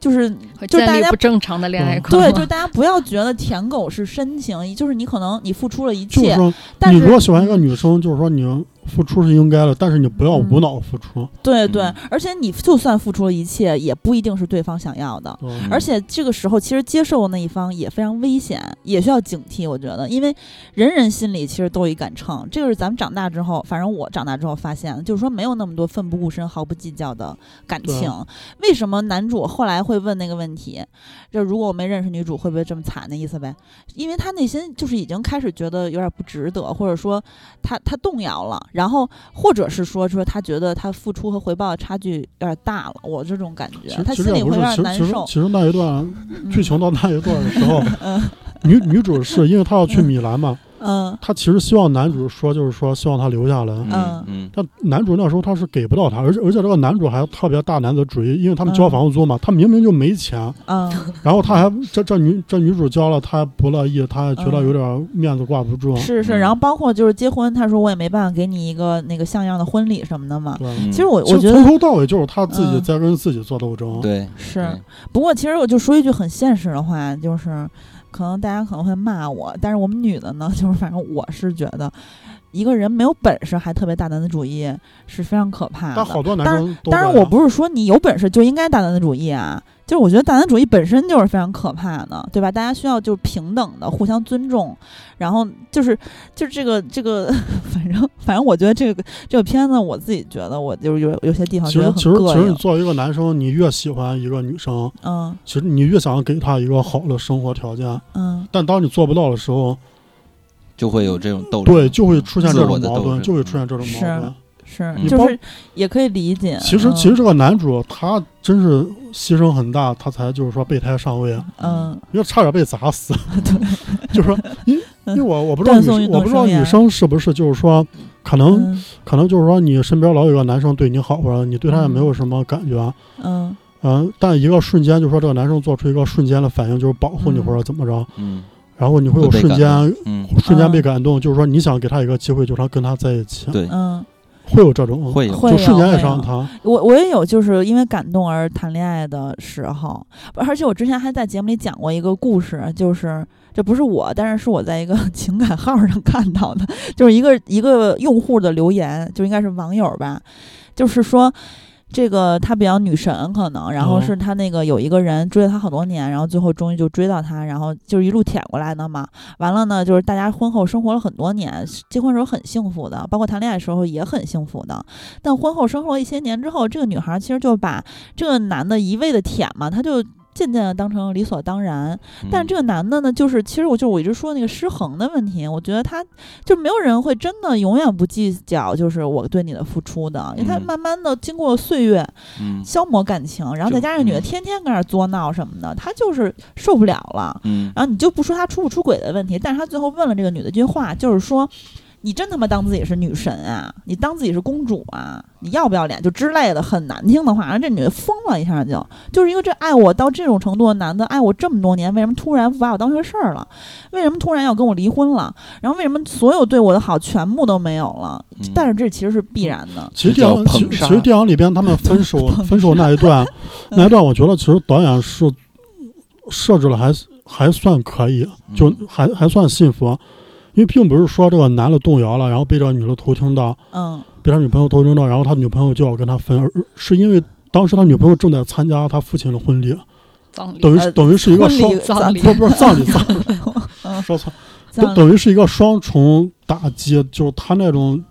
A: 就是
C: 会
A: 就是大
C: 建立
A: 家
C: 不正常的恋爱
D: 嗯
C: 观
A: 对，
C: 了。
A: 就是大家不要觉得舔狗是深情，就是你可能你付出了一
D: 就是
A: 切，
D: 说，
A: 但
D: 你
A: 是
D: 如果喜欢一个女生，就是说你付出是应该的，但是你不要
A: 嗯
D: 无脑付出。
A: 对对
B: 嗯，
A: 而且你就算付出了一切，也不一定是对方想要的。
D: 对
A: 而且这个时候，其实接受的那一方也非常危险，也需要警惕。我觉得，因为人人心里其实都有一杆秤，这个是咱们长大之后，反正我长大之后发现，就是说没有那么多奋不顾身、毫不计较的感
D: 对
A: 情。为什么男主后来会问那个问题？这如果我没认识女主，会不会这么惨的意思呗？因为他内心就是已经开始觉得有点不值得，或者说他他动摇了，然后或者是说说他觉得他付出和回报的差距有点大了，我这种感
D: 其
A: 觉，
D: 实
A: 他
D: 其
A: 心
D: 实
A: 里
D: 也不
A: 会有，点
D: 是其实
A: 难
D: 其实
A: 受。
D: 其实那一段
A: 嗯
D: 剧情到那一段的时候，
A: 嗯
D: 女女主是因为她要去米兰嘛，
A: 嗯
D: 她其实希望男主说就是说希望她留下来，
B: 嗯
D: 但男主那时候他是给不到他，而且而且这个男主还特别大男子主义，因为他们交
A: 嗯
D: 房租嘛，他明明就没钱，
A: 嗯，
D: 然后他还这这女这女主交了，他还不乐意，他还觉得有点面子挂不住。
A: 嗯是是，
B: 嗯
A: 然后包括就是结婚，他说我也没办法给你一个那个像样的婚礼什么的嘛。
D: 对，
B: 嗯，
A: 其实我
D: 其
A: 我
D: 实
A: 觉
D: 从
A: 得
D: 头到尾就是他自己
A: 嗯
D: 在跟自己做斗争。
B: 对
A: 啊是，不过其实我就说一句很现实的话，就是。可能大家可能会骂我，但是我们女的呢， 就是反正我是觉得，一个人没有本事还特别大男子主义是非常可怕的。
D: 但好多男生都
A: 当然，
D: 这
A: 我
D: 样
A: 不是说你有本事就应该大男子主义啊，就是我觉得大男子主义本身就是非常可怕的，对吧？大家需要就是平等的，互相尊重，然后就是就是这个这个， 反正反正我觉得这个这个片子，我自己觉得我就是有有些地方
D: 其
A: 觉
D: 实
A: 得
D: 其
A: 很
D: 实其
A: 膈
D: 实你
A: 应，
D: 作为一个男生，你越喜欢一个女生，
A: 嗯
D: 其实你越想给她一个好的生活条件，
A: 嗯
D: 但当你做不到的时候，
B: 就会有这种斗争，
D: 对，就会出现
B: 自
D: 这
B: 我
D: 种
B: 的
D: 矛
B: 斗
D: 盾，
B: 争嗯
D: 就会出现这种矛
A: 是
D: 盾。
A: 是
B: 你，
A: 就
D: 包
A: 是也可以理解。
D: 其实
A: 嗯
D: 其实这个男主他真是牺牲很大，他才就是说备胎上位，
A: 嗯
D: 因为差点被砸死。 就是说，因因为我我不知道
A: 断
D: 女
A: 送
D: 生
A: 运
D: 我
A: 动
D: 不知道
A: 生涯
D: 女生是不是就是说，可能
A: 嗯
D: 可能就是说你身边老有一个男生对你好，或者你对他也
A: 嗯
D: 没有什么感觉，
A: 嗯
D: 嗯，但一个瞬间就说这个男生做出一个瞬间的反应，就是保护你
A: 嗯
D: 或者怎么着，
B: 嗯
D: 然后你会有
B: 会被
D: 瞬
B: 感
D: 间
B: 嗯，
D: 瞬间被
A: 嗯
D: 感动，就是说你想给他一个机会，就是他跟他在一起，
B: 对，
A: 嗯，
D: 会有这种
B: 会啊有
A: 会
D: 就
A: 有
D: 瞬间爱
A: 会
D: 上
A: 有
D: 他，
A: 我我也有，就是因为感动而谈恋爱的时候，不而且我之前还在节目里讲过一个故事，就是这不是我，但是是我在一个 情感号上看到的，就是一个一个用户的留言，就应该是网友吧，就是说。这个他比较女神可能，然后
D: 哦
A: 是他那个有一个人追了他好多年，然后最后终于就追到他，然后就是一路舔过来的嘛。完了呢，就是大家婚后生活了很多年，结婚时候很幸福的，包括谈恋爱时候也很幸福的。但婚后生活一些年之后，这个女孩其实就把这个男的一味的舔嘛，她就渐渐的当成理所当然。
B: 嗯
A: 但这个男的呢，就是其实我就我一直说那个失衡的问题，我觉得他就没有人会真的永远不计较，就是我对你的付出的，因为他
B: 嗯
A: 慢慢的经过岁月
B: 嗯
A: 消磨感情，然后
B: 就
A: 再加上女的
B: 嗯
A: 天天跟那儿作闹什么的，他就是受不了了。
B: 嗯
A: 然后你就不说他出不出轨的问题，但是他最后问了这个女的一句话，就是说，你真他妈当自己是女神啊？你当自己是公主啊？你要不要脸？就之类的很难听的话，然后这女的疯了一下就，就是一个这爱我到这种程度的男的，爱我这么多年，为什么突然不把我当回事儿了？为什么突然要跟我离婚了？然后为什么所有对我的好全部都没有了？
B: 嗯
A: 但是这其实是必然的，
D: 其实
B: 这
D: 电
B: 叫
D: 影，其
B: 捧
D: 其
B: 杀
D: 实电影里边他们分 手分手那一段，那一段我觉得其实导演是设置了还还算可以，就
B: 嗯
D: 还还算幸福，因为并不是说这个男的动摇了，然后被这个女的偷听到，
A: 嗯
D: 被他女朋友偷听到，然后他女朋友就要跟他分，而是因为当时他女朋友正在参加他父亲的婚礼，
C: 葬礼
D: 等于
A: 呃
D: 等于是一个
A: 婚
D: 双
A: 礼
C: 葬礼
D: 不不是葬礼葬 礼
A: 嗯
D: 说错，
A: 葬
D: 等
A: 礼
D: 等于是一个双重打击，就是他那种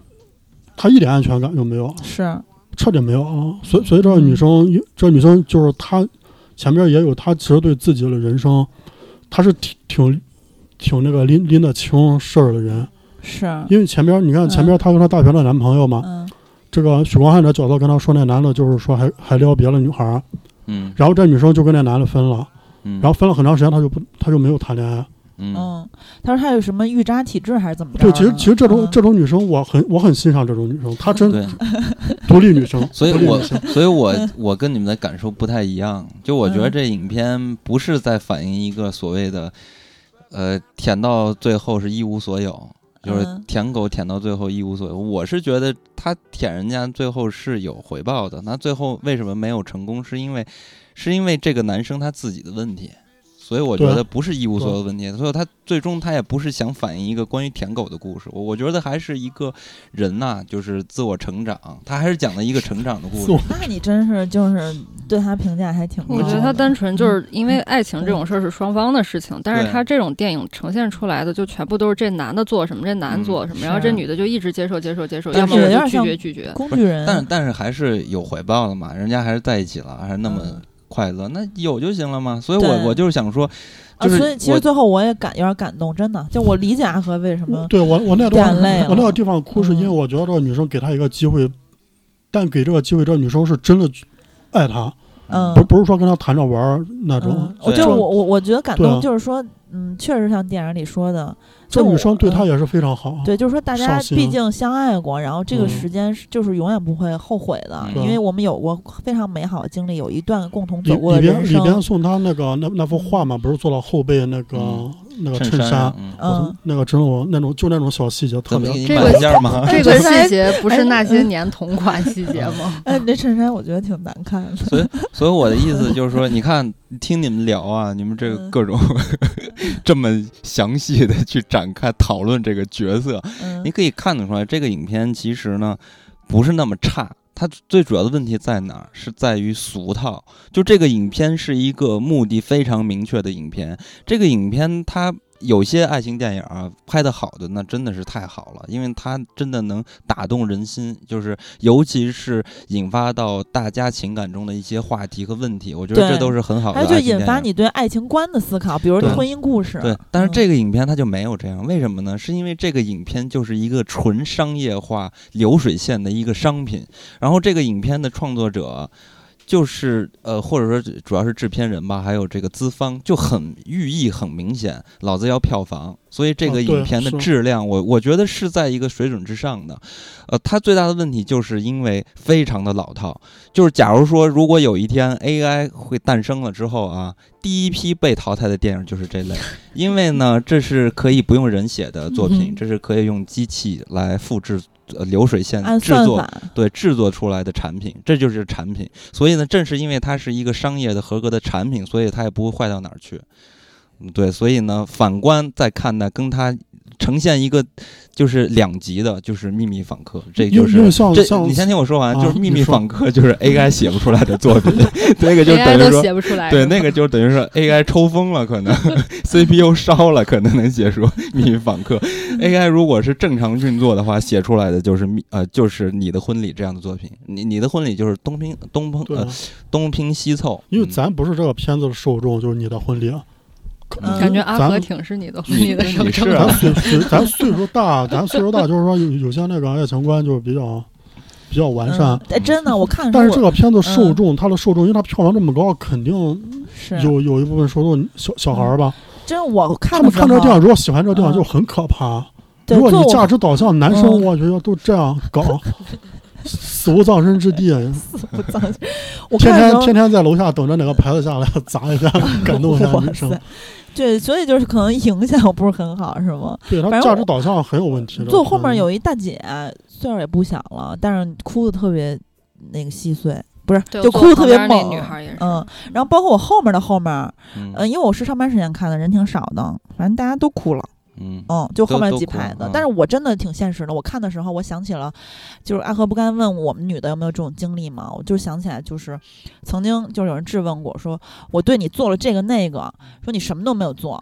D: 他一点安全感就没有。
A: 是
D: 彻底没有啊。所以所以这个女
A: 嗯
D: 生，这个女生就是她前面也有她其实对自己的人生，她是挺挺挺那个拎拎得清事儿的人。
A: 是，
D: 因为前面你看
A: 嗯
D: 前面她跟她大学的男朋友嘛，
A: 嗯
D: 这个许光汉的角色跟她说那男的就是说还还撩别的女孩儿，
B: 嗯
D: 然后这女生就跟那男的分了，
B: 嗯，
D: 然后分了很长时间她就不她就没有谈恋爱。
B: 嗯
A: 嗯，他说他有什么预渣体质还是怎么着
D: 对，
A: 呢？
D: 其
B: 啊
D: 实其实这种
A: 嗯
D: 这种女生我很我很欣赏这种女生，她真
B: 对，
D: 独立女生，
B: 所以
D: 独立
B: 我
D: 女 生
B: 所以我我跟你们的感受不太一样，就我觉
D: 嗯
B: 得这影片不是在反映一个所谓的，呃，舔到最后是一无所有，就是
A: 嗯
B: 舔狗舔到最后一无所有。我是觉得他舔人家最后是有回报的，那最后为什么没有成功？是因为是因为这个男生他自己的问题。所以我觉
D: 对
B: 得不是一无所有的问题，所以他最终他也不是想反映一个关于舔狗的故事，我我觉得还是一个人呐、就是自我成长，他还是讲了一个成长的故事
D: 自。我
A: 那你真是就是对他评价还挺高
C: 我
A: 的。
C: 觉得他单纯就是因为爱情这种事儿是双方的事情，但是
B: 对
C: 他这种电影呈现出来的就全部都是这男的做什么，这男的做什么，
A: 嗯
C: 然后这
A: 是
C: 女的就一直接受接受接受，
B: 但
C: 要
B: 是
C: 么我
A: 有点
C: 就拒
A: 像
C: 绝拒绝。
A: 工具人，
B: 但但是还是有回报的嘛，人家还是在一起了，还是那么
A: 嗯
B: 快乐，那有就行了嘛。所以我，
A: 对
B: 我就是想说，
A: 啊，
B: 就是
A: 所以其
B: 我
A: 实最后我也感有点感动，真的，就我理解阿和为什
C: 嗯
A: 么
D: 对我我那段
A: 眼泪了嗯
D: 我那个地方哭是因为我觉得这个女生给他一个机会，但给这个机会，这个女生是真的爱他，
A: 嗯
D: 不不是说跟他谈着玩儿那种
A: 嗯。，我就
B: 对
A: 我我我觉得感
D: 对啊
A: 动就是说，嗯，确实像电影里说的，
D: 这
A: 就
D: 女
A: 我
D: 生对他
A: 嗯
D: 也是非常好。
A: 对，就是说大家
D: 伤心
A: 毕
D: 了
A: 竟相爱过，然后这个
D: 嗯
A: 时间是就是永远不会后悔的，
B: 嗯
A: 因为我们有过非常美好的经历，有一段共同
D: 里
A: 走过的
D: 里边
A: 人
D: 里边
A: 生，
D: 送他那个那那幅画嘛，不是做到后背那个、那个衬
B: 衬
D: 衫，
B: 嗯，
D: 我
A: 嗯，
D: 那个真的我那种就那种小细节特
B: 怎么
D: 别
B: 给你
C: 这
B: 买
C: 个
B: 一件 吗？
C: 这个细节不
A: 哎
C: 是那些年同款细节 吗？
A: 哎，你这衬衫我觉得挺难看的，
B: 所以我的意思就是说，你看，听你们聊啊，你们这个
A: 嗯
B: 各种 这么详细的去展开讨论这个角色。
A: 嗯
B: 你可以看得出来，这个影片其实呢不是那么差。它最主要的问题在哪儿？是在于俗套。就这个影片是一个目的非常明确的影片。这个影片它有些爱情电影啊拍得好的那真的是太好了，因为它真的能打动人心，就是尤其是引发到大家情感中的一些话题和问题。我觉得
A: 对
B: 这都是很好
A: 还
B: 的爱
A: 有
B: 情
A: 就
B: 电影。
A: 引发你对爱情观的思考，比如
B: 对
A: 婚姻故事。
B: 对，但是
A: 嗯
B: 这个影片它就没有这样，为什么呢？是因为这个影片就是一个纯商业化流水线的一个商品，然后这个影片的创作者。就是呃，或者说主要是制片人吧，还有这个资方，就很寓意很明显，老子要票房，所以这个
D: 哦对
B: 影片的
D: 是
B: 质量，我我觉得是在一个水准之上的。呃，它最大的问题就是因为非常的老套，就是假如说如果有一天 AI 会诞生了之后啊，第一批被淘汰的电影就是这类，因为呢，这是可以不用人写的作
A: 嗯哼
B: 品，这是可以用机器来复制。呃，流水线
A: 按
B: 制
A: 算
B: 作
A: 法，
B: 对制作出来的产品，这就是产品。所以呢，正是因为它是一个商业的合格的产品，所以它也不会坏到哪儿去。嗯对，所以呢，反观再看待，跟它呈现一个就是两极的，就是《秘密访客》，这
D: 因
B: 就
D: 为因
B: 是。
D: 为像
B: 这
D: 哦像
B: 你先听我说完，
D: 啊
B: 就是《秘
D: 你
B: 密
D: 说
B: 访客》，就是 AI 写不出来 的作品，那 个就
C: AI
B: 等于
C: 都
B: 说
C: 写不出来。
B: 对，那个就等于说 AI 抽风了，可能 CPU 烧了，可能能写出秘密访客。AI 如果是正常运作的话，写出来的就是密呃，就是你的婚礼这样的作品。你你的婚礼就是东拼东碰
D: 对啊
B: 呃，东拼西凑，
D: 因为
B: 嗯
D: 咱不是这个片子的受众，就是你的婚礼啊。可
A: 嗯
C: 感觉阿
D: 咱
C: 和
D: 们
C: 挺是你的你的手
B: 你
C: 中
B: 是
D: 咱
B: 啊
D: 岁岁咱岁数大，咱岁数大就是说有有些那个爱情观就是比较比较完善
A: 嗯。哎，真的，我看的时
D: 但
A: 候
D: 是这个片子受
A: 嗯
D: 众，它的受众，因为它票房这么高，肯定
A: 我是
D: 有有一部分受众小小孩儿吧，
A: 真我
D: 他
A: 看的
D: 们
A: 时
D: 看这个电
A: 候
D: 影，如果喜欢这个电影，
A: 嗯
D: 就很可怕。
A: 对
D: 如果
A: 做
D: 你
A: 我
D: 价值导向，男生
A: 嗯
D: 我觉得都这样 搞，死无葬身之地。
A: 不脏， 我
D: 天
A: 看的时
D: 天
A: 候
D: 天天在楼下等着哪个牌子 下来砸一下，感动一下女
A: 哇
D: 生
A: 塞。对，所以就是可能影响不是很好，是吗？
D: 对他
A: 反正
D: 价值
A: 我
D: 导向很有问题的。
A: 坐后面
D: 嗯
A: 有一大姐，岁数也不小了，但是哭的特别那个细碎，不是
C: 对
A: 就
C: 我坐
A: 哭的
C: 旁
A: 特别
C: 边那
A: 猛。
C: 女孩也是
A: 嗯，然后包括我后面的后面，
B: 嗯
A: 呃，因为我是上班时间看的，人挺少的，反正大家都哭了。
B: 嗯
A: 嗯，就后
B: 都
A: 面
B: 都
A: 几
B: 哭
A: 排的
B: 嗯。
A: 但是我真的挺现实的，我看的时候，我想起了，就是阿和不该问我们女的有没有这种经历嘛，我就想起来，就是曾经就是有人质问过，说我对你做了这个那个，说你什么都没有做。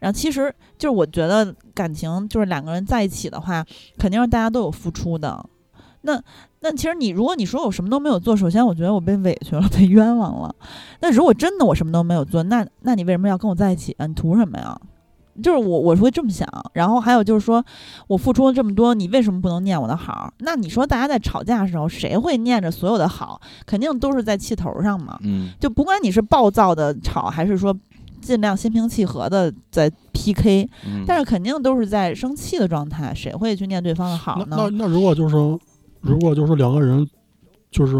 A: 然后其实就是我觉得感情就是两个人在一起的话，肯定是大家都有付出的。那那其实你如果你说我什么都没有做，首先我觉得我被委屈了， 被冤枉了。那如果真的我什么都没有做，那那你为什么要跟我在一起啊？你图什么呀？就是我我是会这么想，然后还有就是说，我付出了这么多，你为什么不能念我的好？那你说大家在吵架的时候，谁会念着所有的好？肯定都是在气头上嘛。
B: 嗯
A: 就不管你是暴躁的吵，还是说尽量心平气和的在 PK，
B: 嗯，
A: 但是肯定都是在生气的状态，谁会去念对方的好
D: 那那
A: 呢？
D: 那如果就是如果就是两个人就是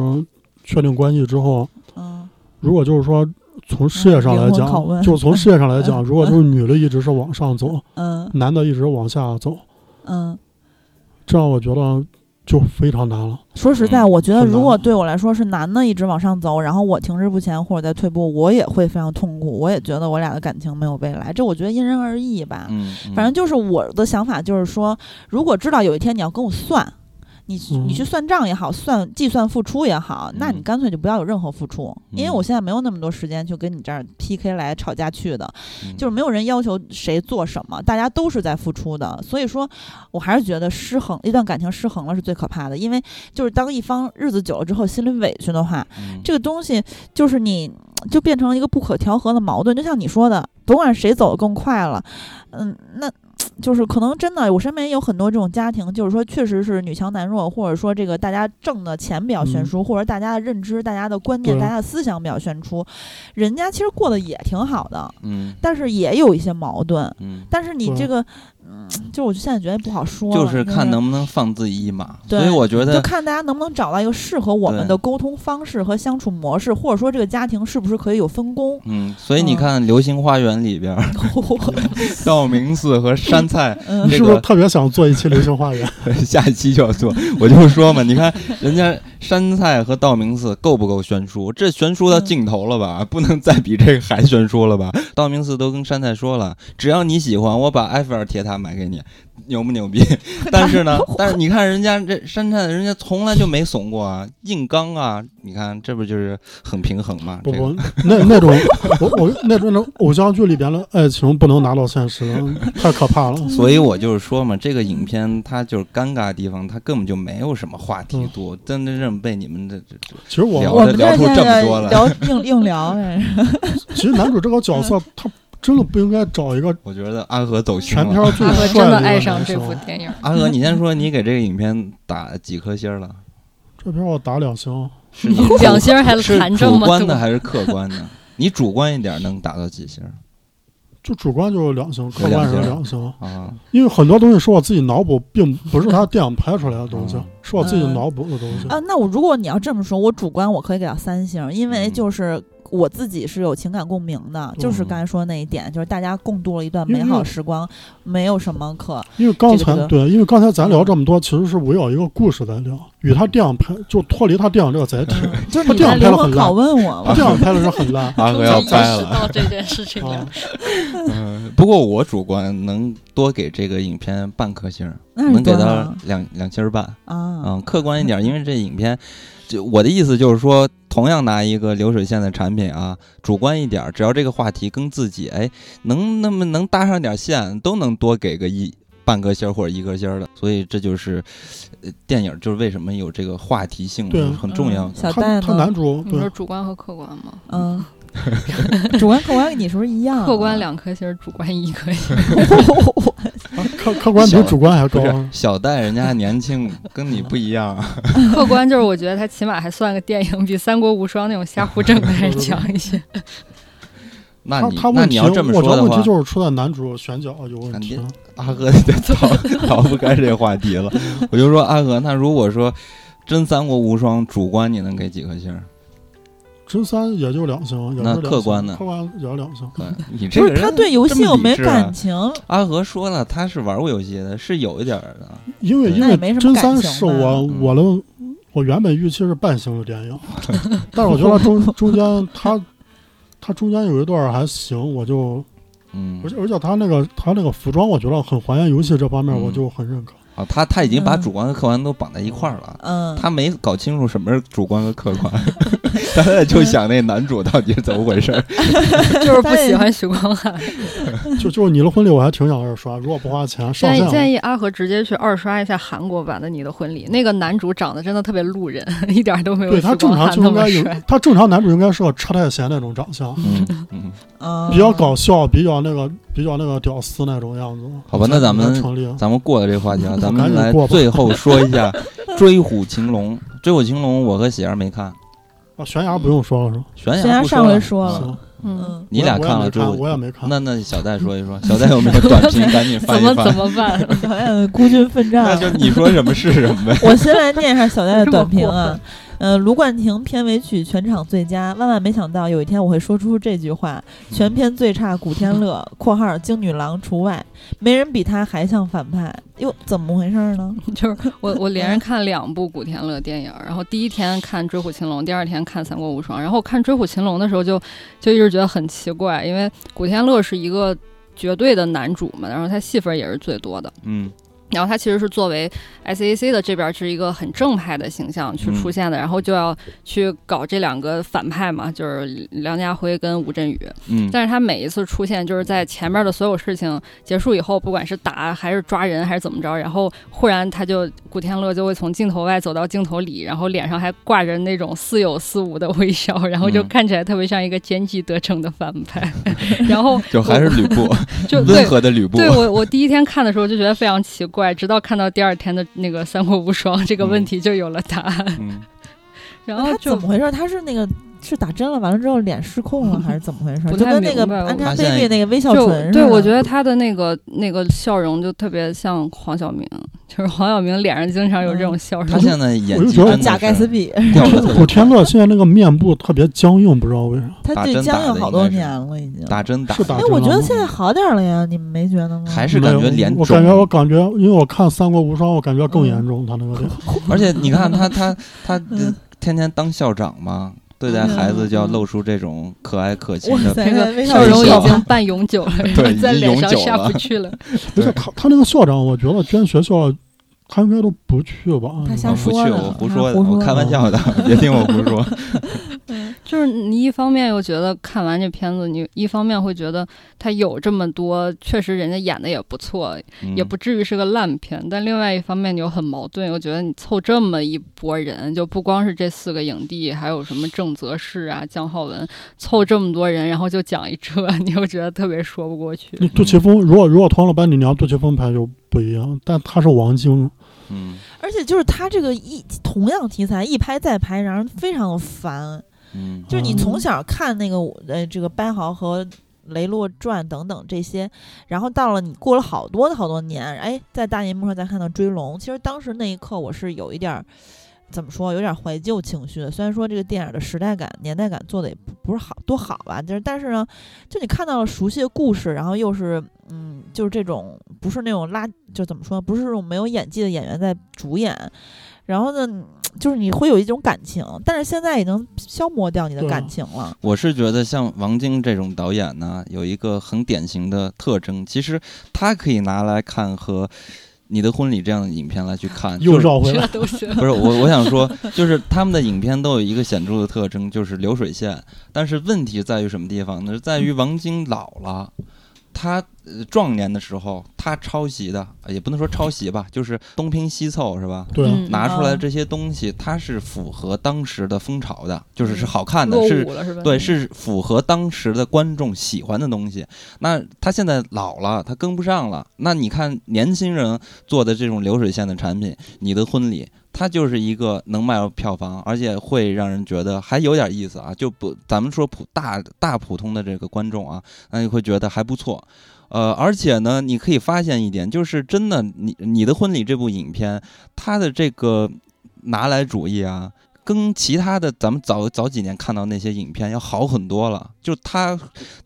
D: 确定关系之后，
A: 嗯，
D: 如果就是说从事业上来
A: 灵魂拷问
D: 讲，就从事业上来 讲，如果就是女的一直是往上走，
A: 嗯
D: 男的一直往下走，
A: 嗯，
D: 这样我觉得就非常难了。
A: 说实在，
B: 嗯
A: 我觉得
D: 很难啊
A: 如果对我来说是男的一直往上走，然后我停滞不前或者在退步，我也会非常痛苦，我也觉得我俩的感情没有未来。这我觉得因人而异吧。
B: 嗯，嗯
A: 反正就是我的想法就是说，如果知道有一天你要跟我算，你
D: 嗯
A: 你去算账也好，算计算付出也好，那你
B: 嗯
A: 干脆就不要有任何付出，因为
B: 嗯
A: 我现在没有那么多时间去跟你这儿 PK 来吵架去的，
B: 嗯
A: 就是没有人要求谁做什么，大家都是在付出的，所以说我还是觉得失衡，一段感情失衡了是最可怕的，因为就是当一方日子久了之后心里委屈的话，
B: 嗯
A: 这个东西就是你就变成了一个不可调和的矛盾，就像你说的，甭管谁走得更快了，嗯，那就是可能真的，我身边有很多这种家庭，就是说确实是女强男弱，或者说这个大家挣的钱比较悬殊，或者大家的认知、大家的观念、
D: 对
A: 大家的思想比较悬殊，人家其实过得也挺好的，
B: 嗯
A: 但是也有一些矛盾。
B: 嗯，
A: 但是你
D: 对
A: 这个，嗯，就我就现在觉得不好说了，
B: 就是看
A: 能。
B: 能不能放自己一马。
A: 对
B: 所以我觉
A: 就
B: 得
A: 看大家能不能找到一个适合我们
B: 对。
A: 的沟通方式和相处模式，或者说这个家庭是不是可以有分工
B: 嗯，所以你
A: 嗯
B: 看《流星花园》里边儿，
D: 嗯
B: 道明寺和山菜
A: 嗯
D: 你
B: 这
D: 是不是
B: 个
D: 特别想做一期《流星花园》？
B: 下一期就要做，我就说嘛，你看人家山菜和道明寺够不够悬殊？这悬殊到尽头了
D: 嗯
B: 吧？不能再比这个还悬殊了吧？道明寺都跟山菜说了，只要你喜欢，我把埃菲尔铁塔买给你，牛不牛 逼？但是呢，但是你看人家这山菜，人家从来就没怂过啊，硬刚啊！你看这不就是很平衡吗？
D: 不
B: 啊这个
D: 不，那那种我我那种那种偶像剧里边的爱情不能拿到现实了，太可怕了。
B: 所以我就是说嘛，这个影片它就是尴尬的地方，它根本就没有什么话
D: 嗯
B: 题度，真真正被你们这这这
D: 其实我
B: 聊
A: 我
D: 我
A: 们
B: 嗯聊
A: 这
B: 出
A: 现
B: 这么
A: 在
B: 多来
A: 聊硬硬 聊，哎
D: 其实男主这个角色他真的不应该找一个
B: 我觉得阿和走心
D: 全
B: 了。
D: 片儿最
C: 阿和
D: 帅
C: 嗯啊真的
D: 的一个
C: 爱
D: 男
C: 上
D: 生。
C: 这部电影，
B: 阿和，你先说你给这个影片打几颗星了？
D: 这片儿我打两星，
B: 是你主
C: 两星还
B: 是
C: 谈这
B: 主
C: 么
B: 观的
C: 多，
B: 还是客观的？你主观一点能打到几星
D: 就主观就是两星，客观也是两星。
B: 啊？
D: 因为很多东西是我自己脑补，并不是他电影拍出来的东西
B: 嗯，
D: 是我自己脑补的东西。
A: 啊，那我如果你要这么说，我主观我可以给到三星，因为
B: 嗯
A: 就是我自己是有情感共鸣的，就是
B: 嗯
A: 刚才说那一点，就是大家共度了一段
D: 因为
A: 美好时光，没有什么可
D: 因为刚
A: 这个
D: 才
A: 不
D: 对，因为刚才咱聊这么多，其实是围绕一个故事在聊，与他电影拍就脱离他电影这个 载体。
B: 嗯
A: 就是
D: 他
A: 你
D: 这
A: 在
D: 样拍
A: 灵
D: 得
A: 魂
D: 很烂
A: 拷问我
B: 啊
D: 他
A: 嘛。
D: 电影拍的是 很烂
B: 阿和要掰 了。
C: 这件事情
D: 啊，
B: 嗯，不过我主观能多给这个影片半颗星，
A: 那
B: 能
A: 是
B: 给
A: 多
B: 到
A: 少
B: 两两星儿半。
A: 啊？
B: 嗯，客观一点，因为这影片，就我的意思就是说，同样拿一个流水线的产品啊，主观一点，只要这个话题跟自己哎能那么能搭上点线，都能多给个一半颗星儿或者一颗星儿的。所以这就是，呃，电影就是为什么有这个话题性
D: 对
B: 很重要
A: 嗯
B: 的。
A: 小
D: 他
A: 戴
D: 他
A: 呢？
D: 男主
C: 你
D: 对
C: 说主观和客观吗？
A: 嗯，主观客观你是不是一样啊？
C: 客 观两颗星，主观一颗星。
D: 啊客客观比主观还
B: 不
D: 高啊
B: 是。小戴，人家还年轻，跟你不一样。啊
C: 客观就是我觉得它起码还算个电影，比《三国无双》那种瞎胡整的 还是强一 些。
B: 那
D: 他
B: 你
D: 他
B: 那
D: 问
B: 你
D: 题，
B: 要这么
D: 我觉
B: 说
D: 得
B: 的
D: 问题
B: 话，
D: 就是出在男主选角有问题
B: 啊。阿 和就逃逃不开这个话题了。我就说阿和，那如果说真三国无双，主观你能给几颗星儿？
D: 真三也就两星，也就
B: 那
D: 两星
B: 客观呢
D: 客观也就两星。
B: 对你这
A: 不
B: 个
A: 是
B: 人
A: 他对游
B: 这
A: 戏
B: 么
A: 又
B: 理
A: 没
B: 智啊
A: 感情，
B: 阿和说了，他是玩过游戏的，是有一点儿的。
D: 因为
B: 对
D: 因
A: 那也
D: 为
A: 没什么
D: 真
A: 感
D: 三
A: 情
D: 是
A: 吧
D: 我
B: 嗯
D: 我的我原本预期是半星的电 影，但是我觉得 中中间他他中间有一段还行，我就
B: 嗯
D: 而，且而且他那个他那个服装，我觉得很还原游戏这方面，
B: 嗯
D: 我就很认可。
B: 啊，他他已经把
A: 嗯
B: 主观和客观都绑在一块儿了，
A: 嗯，
B: 他没搞清楚什么是主观和客观， 他在就想那男主到底是怎么回 事儿。
C: 就是不喜欢许光 汉。
D: 就就是你的婚礼，我还挺想二刷，如果不花钱上
C: 建
D: 线
C: 议建
D: 了。
C: 议阿和直接去二刷一下韩国版的《你的婚礼》，那个男主长得真的特别路人， 一点都没有
D: 对他
C: 许
D: 正
C: 光
D: 常
C: 汉
D: 就
C: 那
D: 应
C: 么
D: 该有
C: 帅。，
D: 他正常男主应该是个车太贤那种长相，
B: 嗯嗯，
A: 嗯
D: 比较搞笑，比较那个比较那个屌丝那种样子。
B: 好吧那咱们
D: 才成立
B: 咱们过了这个话题 啊，咱
D: 赶
B: 们
D: 紧
B: 来
D: 过吧
B: 最后说一下《追虎擒龙》。《追虎擒龙》，我和喜儿没看，
D: 啊，悬崖不用说了是吧？
B: 悬
A: 悬崖
B: 不
A: 上
B: 了
A: 回说
B: 嗯
A: 了，
D: 行，
C: 嗯，
A: 嗯，
B: 你俩
D: 我也
B: 看了《
D: 没
B: 追虎
D: 看，
B: 擒
D: 我也没看。
B: 那那小戴说一说，小戴有没有短 评？赶紧翻
C: 怎
B: 一
C: 么怎
B: 翻。
C: 么办？
A: 导演孤军奋
B: 嗯那
A: 战。啊
B: 就你说什么是什么呗。
A: 我先来念一下小戴的短评
C: 这么过
A: 啊
C: 分，
A: 呃，卢冠廷片尾曲全场最佳，万万没想到有一天我会说出这句话，
B: 嗯
A: 全片最差古天乐（括号京女郎除外），没人比他还像反派，哟，怎么回事呢？
C: 就是我我连着看两部古天乐电影，然后第一天看《追虎擒龙》，第二天看《三国无双》，然后看《追虎擒龙》的时候就就一直觉得很奇怪，因为古天乐是一个绝对的男主嘛，然后他戏份也是最多的。
B: 嗯
C: 然后他其实是作为 SAC 的这边是一个很正派的形象
B: 嗯
C: 去出现的，然后就要去搞这两个反派嘛，就是梁家辉跟吴镇宇。
B: 嗯，
C: 但是他每一次出现，就是在前面的所有事情结束以后，不管是打还是抓人还是怎么着，然后忽然他就古天乐就会从镜头外走到镜头里，然后脸上还挂着那种似有似无的微笑，然后就
B: 嗯
C: 看起来特别像一个奸计得逞的反 派。然后
B: 就还是吕布，
C: 就对
B: 温和的吕布。啊
C: 对我，我第一天看的时候就觉得非常奇怪，直到看到第二天的那个《三国无双》这个问题就有了答案。
B: 嗯
C: 然后
A: 他
C: 哦就
A: 怎么回事？他是那个是打针了，完了之后脸失控 了，还是怎么回事？
C: 不
A: 就
C: 太
A: 跟那个
C: 明白我
A: Angelababy 那个微笑
C: 就
A: 唇似的。
C: 对，我觉得他的那个那个笑容就特别像黄晓明，就是黄晓明脸上经常有这种笑
B: 他
C: 容。
B: 现在演
D: 我就
B: 技
D: 觉得
B: 真
A: 假
B: 的
A: 盖茨
B: 是
A: 比，
B: 掉的特
D: 古
B: 别
D: 天
B: 快，
D: 乐现在那个面部特别僵硬，不知道为啥。
A: 他
B: 打
A: 对
B: 针
A: 僵
B: 打
A: 硬
B: 的
A: 好
B: 应
A: 多
B: 该是
A: 年了已经。
B: 打针打
D: 是打
A: 哎，
D: 针
A: 我觉
D: 了
A: 得
D: 吗
A: 现在好点儿了呀，你们没觉得吗？
B: 还是
D: 没
B: 感
D: 有
B: 觉脸
D: 我
B: 肿
D: 感觉我感觉，因为我看《三国无双》，我感觉更
A: 嗯
D: 严重，他 那个脸。
B: 而且你看他他他
A: 嗯
B: 天天当校长嘛，对待孩子就要
C: 嗯
B: 露出这种可爱可亲
A: 哇
B: 的
A: 塞，
C: 这
A: 那微
C: 个
A: 笑
C: 笑
A: 唇
B: 笑
C: 容已
B: 话
C: 经半永久了，然后
B: 对已
C: 在
B: 经
C: 脸
B: 永
C: 上
B: 久
C: 下
B: 了
C: 不去了。
D: 而且他他那个校长，我觉得真学校，他应该都不去吧？啊
A: 他瞎
B: 我
A: 他
B: 嗯不
A: 说
B: 去，
A: 的
B: 我
A: 他胡说
B: 胡说的，我
C: 啊
B: 开玩
D: 的
B: 笑的，别听我胡说。
C: 就是你一方面又觉得看完这片子，你一方面会觉得他有这么多，确实人家演的也不错，也
B: 嗯
C: 不至于是个烂片。但另外一方面，你又很矛盾，又觉得你凑这么一波人，就不光是这四个影帝，还有什么郑则仕啊、姜浩文，凑这么多人，然后就讲一这， 你又觉得特别说不过去。
D: 你杜琪峰，如果如果同样的班底，你要杜琪峰拍就不一样，但他是王晶，
B: 嗯
A: 而且就是他这个一同样题材一拍再拍，让人非常的烦。
B: 嗯，
A: 就是你
D: 嗯
A: 从小看那个呃这个班豪和雷洛传等等这些，然后到了你过了好多好多年，哎，在大银幕上再看到追龙，其实当时那一刻我是有一点儿。怎么说，有点怀旧情绪的。虽然说这个电影的时代感、年代感做的也不不是好多好吧，就是但是呢，就你看到了熟悉的故事，然后又是嗯，就是这种不是那种拉，就怎么说，不是那种没有演技的演员在主演，然后呢，嗯就是你会有一种感情，但是现在已经消磨掉你的
D: 对啊
A: 感情了。
B: 我是觉得像王晶这种导演呢，有一个很典型的特征，其实他可以拿来看和《你的婚礼》这样的影片来去看，嗯
D: 又
B: 就是
D: 绕回来
C: 这。都行。
B: 不是我，我想说，就是他们的影片都有一个显著的特征，就是流水线。但是问题在于什么地方呢？在于王晶老了，他、呃、壮年的时候，他抄袭的，呃也不能说抄袭吧，就是东拼西凑，是吧？
D: 对啊，
C: 嗯
B: 拿出来
A: 哦
B: 这些东西，它是符合当时的风潮的，就是是好看的
C: 落，
B: 是
C: 伍了是吧？
B: 对，是符合当时的观众喜欢的东西。那他现在老了，他跟不上了。那你看年轻人做的这种流水线的产品，你的婚礼。它就是一个能卖票房，而且会让人觉得还有点意思啊！就不，咱们说普大大普通的这个观众啊，那你会觉得还不错。呃，而且呢，你可以发现一点，就是真的，你你的婚礼这部影片，它的这个拿来主义啊，跟其他的咱们早早几年看到那些影片要好很多了。就他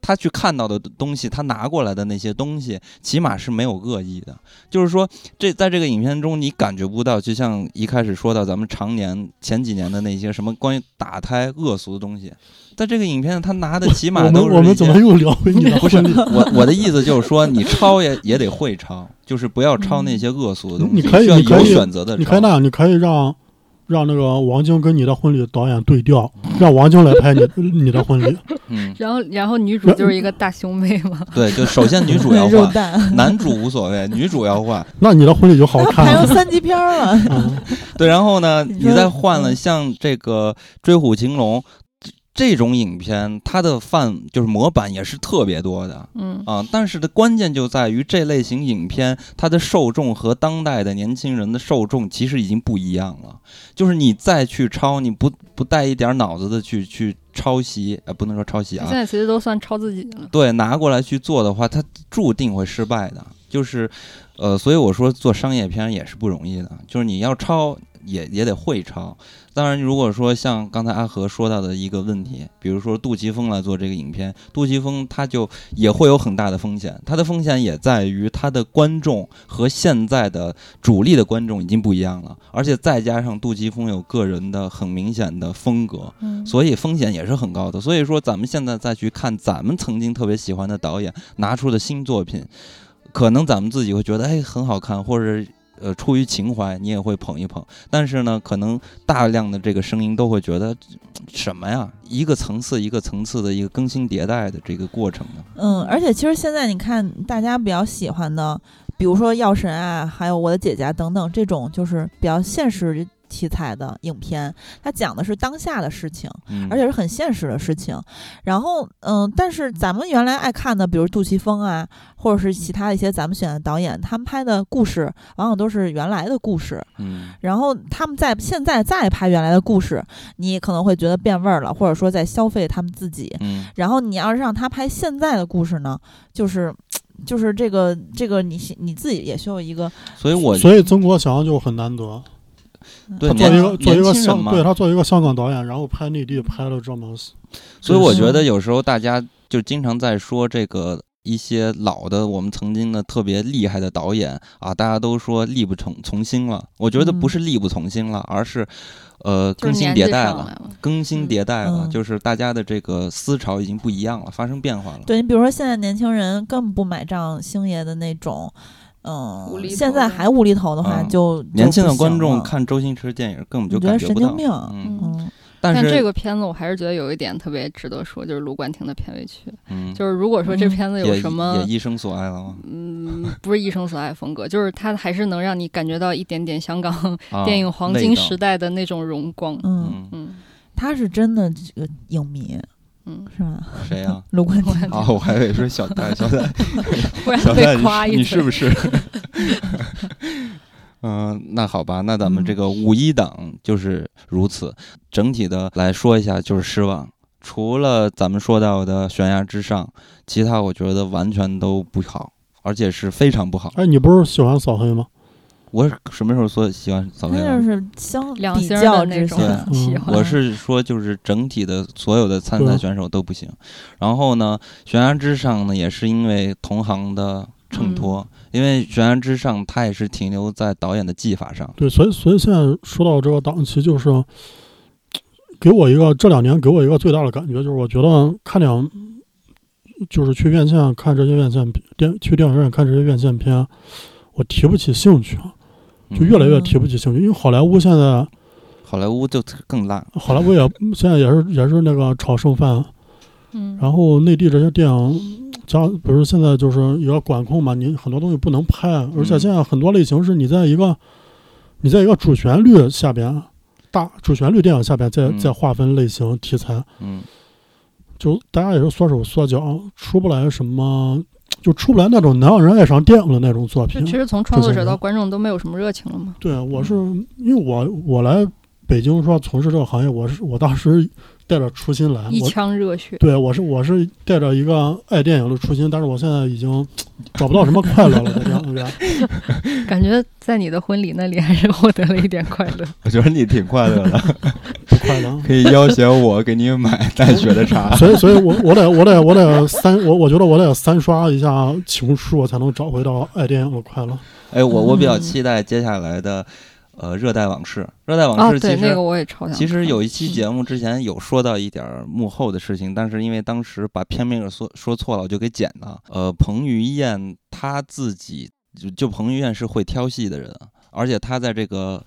B: 他去看到的东西，他拿过来的那些东西，起码是没有恶意的。就是说，这在这个影片中，你感觉不到，就像一开始说到咱们常年前几年的那些什么关于打胎恶俗的东西，在这个影片他拿的起码
D: 我
B: 都
D: 们
B: 是
D: 我
B: 一
D: 们怎
B: 些
D: 么又聊回你的婚礼？
B: 我我的意思就是说，你抄也也得会抄，就是不要抄那些恶俗的东西，
D: 嗯你可以
B: 需要
D: 你可
B: 有
D: 以
B: 选择的
D: 你可以
B: 抄。
D: 那样，你可以让让那个王晶跟你的婚礼导演对调，让王晶来拍你 你的婚礼。
B: 嗯，
C: 然后，然后女主就是一个大胸妹 嘛，
B: 对，就首先女主要
A: 肉
B: 换，
A: 蛋，
B: 男主无所 谓，女主要换。
D: 那你的婚礼就 好
A: 他
D: 看
A: 拍
D: 啊
A: 成
D: 了。
A: 三级片儿了。
D: 嗯，
B: 对，然后呢，
A: 你
B: 你
A: 说
B: 再换了
A: 嗯
B: 像这个《追虎擒龙》这这种影片，它的范就是模板也是特别多的。
C: 嗯，
B: 啊，但是的关键就在于这类型影片，它的受众和当代的年轻人的受众其实已经不一样了。就是你再去抄，你不不带一点脑子的去去抄袭，呃，不能说抄袭
C: 现
B: 啊，
C: 在其实都算超自己了。
B: 对，拿过来去做的话，它注定会失败的。就是，呃，所以我说做商业片也是不容易的，就是你要抄也也得会抄。当然，如果说像刚才阿和说到的一个问题，比如说杜琪峰来做这个影片，杜琪峰他就也会有很大的风险，他的风险也在于他的观众和现在的主力的观众已经不一样了，而且再加上杜琪峰有个人的很明显的风格，所以风险也是很高的。所以说，咱们现在再去看咱们曾经特别喜欢的导演拿出的新作品，可能咱们自己会觉得哎很好看，或者呃出于情怀你也会捧一捧。但是呢，可能大量的这个声音都会觉得什么呀，一个层次一个层次的一个更新迭代的这个过程呢？
A: 嗯，而且其实现在你看，大家比较喜欢的，比如说《药神》啊，还有《我的姐姐》啊等等这种，就是比较现实题材的影片，它讲的是当下的事情，
B: 嗯
A: 而且是很现实的事情。然后，嗯、但是咱们原来爱看的，比如杜琪峰啊，或者是其他的一些咱们选的导演，他们拍的故事往往都是原来的故事，
B: 嗯
A: 然后他们在现在再拍原来的故事，你可能会觉得变味儿了，或者说在消费他们自己。
B: 嗯
A: 然后你要是让他拍现在的故事呢，就是。就是这个，这个你你自己也需要一个，
B: 所以我
D: 所以曾国强就很难得，
B: 对
D: 他
A: 嗯
D: 作为
B: 年
D: 一个作为一
B: 年轻
D: 个
B: 人
D: 香，
B: 嘛
D: 对他作为一个香港导演，然后拍内地拍了这么，
B: 所以我觉得
A: 嗯
B: 有时候大家就经常在说这个一些老的我们曾经的特别厉害的导演啊，大家都说力不从从心了。我觉得不
A: 嗯
B: 是力不从心了，而是呃
C: 就
B: 更
C: 是
B: 新
C: 年
B: 迭
C: 纪
B: 代
C: 上来
B: 了，
C: 了。
B: 更新迭代了，
A: 嗯
B: 就是大家的这个思潮已经不一样了，发生变化了。
A: 对你比如说现在年轻人更不买账星爷的那种，嗯
C: 无，厘头
A: 现在
C: 的
A: 还无厘头的话
B: 嗯
A: 就，就
B: 年轻
A: 不
B: 的观
A: 行
B: 众
A: 了，
B: 看周星驰电影根本就
A: 你觉
B: 感
A: 得
B: 觉
A: 神
B: 不
A: 经
B: 到，
A: 病，
B: 嗯，
A: 嗯
B: 但
C: 但
B: 是
C: 这个片子我还是觉得有一点特别值得说，就是卢冠廷的片尾曲。
B: 嗯
C: 就是如果说这片子有
B: 也
C: 什么
B: 也一生所爱了吗？
C: 嗯，不是一生所爱风格，就是它还是能让你感觉到一点点香港
B: 啊
C: 电影黄金时
B: 味道
C: 代的那种荣光。
A: 嗯，
B: 嗯，
C: 嗯
A: 他是真的这个影迷
C: 嗯，
A: 是吧？
B: 谁 呀？
A: 卢冠廷，
B: 啊，我还以为说小 戴，小戴，
C: 忽 然
B: 小戴，
C: 被
B: 你
C: 夸
B: 是
C: 一
B: 你是
C: 嘴
B: 不。 是？嗯、那好吧，那咱们这
C: 嗯
B: 个五一档就是如此。整体的来说一下，就是失望。除了咱们说到的悬崖之上，其他我觉得完全都不好，而且是非常不好。
D: 哎，你不是喜欢扫黑吗？
B: 我什么时候说喜欢扫
A: 他
B: 黑
A: 就
B: 了？
A: 是相
C: 两
A: 比
C: 星儿
A: 较
C: 的那
A: 之
C: 种
A: 下，
B: 对
C: 喜
D: 嗯
C: 欢，
B: 我是说，就是整体的所有的参赛
D: 对啊
B: 选手都不行。然后呢，悬崖之上呢，也是因为同行的
C: 嗯
B: 衬托，因为悬崖之上它也是停留在导演的技法上。
D: 对，所以所以现在说到这个档期，就是给我一个这两年给我一个最大的感觉，就是我觉得看两，就是去院线看这些院线电去电影院看这些院线片，我提不起兴趣，啊
B: 嗯
D: 就越来越提不起兴趣，因为好莱坞现在
B: 好莱坞就更烂。
D: 好莱坞也现在也是也是那个炒剩饭，啊
C: 嗯，
D: 然后内地这些电影。加不是现在就是也要管控嘛，你很多东西不能拍，啊
C: 嗯
D: 而且现在很多类型是你在一个、你在一个主旋律下边，大主旋律电影下边再
B: 嗯
D: 再划分类型题材，
B: 嗯
D: 就大家也是缩手缩脚，出不来什么，就出不来那种能让人爱上电影的那种作
C: 就
D: 品
C: 其。实嗯从创作者
D: 这些
C: 到
D: 人
C: 观众都没有什么热情了嘛。
D: 对，我是因为我我来北京说从事这个行业，我是我当时带着初心来，
C: 一
D: 啊我
C: 腔热血，
D: 对我是我是带着一个爱电影的初心，但是我现在已经找不到什么快乐了，在电影院。
C: 感觉在你的婚礼那里还是获得了一点快乐。
B: 我觉得你挺快乐的，
D: 不快乐。
B: 可以要挟我给你买淡雪的茶。
D: 所以，所以我我得我得我得三我我觉得我得三刷一下情书，我才能找回到爱电影的快乐。
B: 哎，我我比
C: 嗯
B: 较期待接下来的，呃，《热带往事》。《热带往
C: 啊，
B: 事》其
C: 对，
B: 实、
C: 那个我也超想看。
B: 其实有一
C: 嗯
B: 期节目之前有说到一点儿幕后的事情，但是因为当时把片名给说说错了，我就给剪了。呃，彭于晏他自己就就彭于晏是会挑戏的人，啊而且他在这个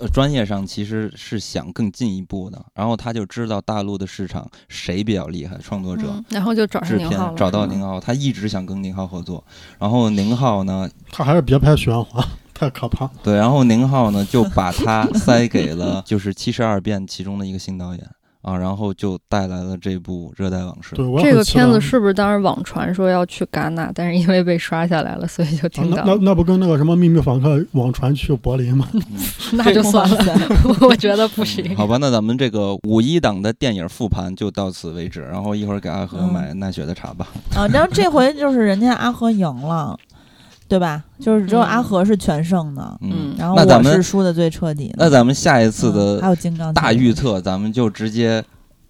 B: 呃专业上其实是想更进一步的，然后他就知道大陆的市场谁比较厉害，创作者。
C: 嗯，然后就找上
B: 制
C: 宁
B: 片
C: 浩了，
B: 找到
C: 是吗
B: 宁浩，他一直想跟宁浩合作，然后宁浩呢
D: 他还是别拍玄幻，太可怕。
B: 对，然后宁浩呢就把 他塞给了就是《七十二变》其中的一个新导演啊，然后就带来了这部《热带往事
D: 对》。我也
C: 这
D: 很
C: 个
D: 期待
C: 片子是不是当时网传说要去戛纳，但是因为被刷下来了，所以就
D: 啊
C: 停
D: 那
C: 档
D: 那
C: 了。
D: 那不跟那个什么秘密访客网传去柏林吗？
B: 啊
C: 那就算了， 我觉得不行。
B: 嗯好吧，那咱们这个五一档的电影复盘就到此为止，然后一会儿给阿和
A: 嗯
B: 买奈雪的茶吧。
A: 啊，然后这回就是人家阿和赢了，对吧？就是只有阿
C: 嗯
A: 和是全胜的，
B: 嗯，
A: 然后
B: 那咱
A: 我
B: 们
A: 是输的最彻底的。
B: 那咱们下一次
A: 嗯还
B: 的
A: 有金刚
B: 大
A: 经
B: 预测，咱们就直接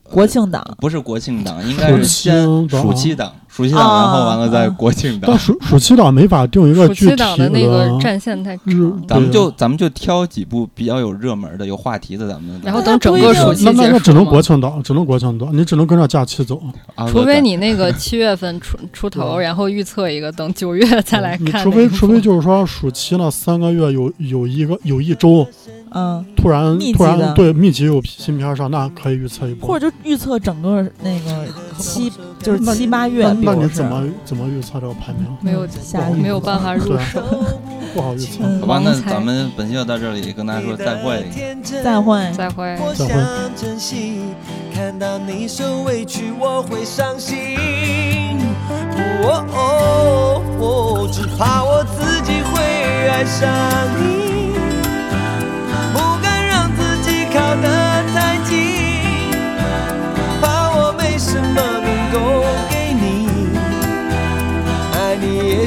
A: 国庆档，
B: 不是国庆
C: 嗯
B: 档，应该是先
D: 暑期档
B: 暑期档，暑期档，然后完了再
A: 啊
B: 国庆档
C: 嗯
D: 但。暑暑期档没法定一个
C: 暑
D: 具体
C: 期档的那个战线太长
D: 日
B: 咱
C: 了，
B: 们
D: 对
B: 就咱们就挑几部比较有热门的、有话题的，咱们
C: 然后
A: 那
C: 等整
A: 不一
C: 个
A: 定
C: 暑期
D: 那那
C: 结
D: 那
C: 束
D: 只能
C: 嘛
D: 国庆档，只能国庆档，你只能跟着假期走。啊
B: 阿和
C: 除非
B: 再
C: 你那个七月份出出头，
D: 对
C: 然后预测一个，等九月再来
D: 你
C: 看那个。
D: 嗯除非除非就是说暑期那三个月有有一个有一周
A: 嗯，
D: 突然
A: 密集
D: 突
A: 的
D: 然对密集有新片上，那可以预测一波。
A: 或者就预测整个那个七，就是
D: 那
A: 七八月
D: 那，
A: 比
D: 那
A: 如
D: 你
A: 是
D: 怎么怎么预测这个排名？
C: 没有
A: 嗯下雨
C: 没有办法入
D: 对
C: 手，
D: 不好预测。
A: 嗯
B: 好吧，那
C: 王才
B: 咱们本期就到这里，跟大家 说再会。
A: 再会。
C: 再会。
G: 我
D: 再
G: 想
D: 会
G: 珍惜，看到你受委屈我会伤心。哦哦哦，只怕我自己会爱上你，不敢让自己靠得太近，怕我没什么能够给你，爱你也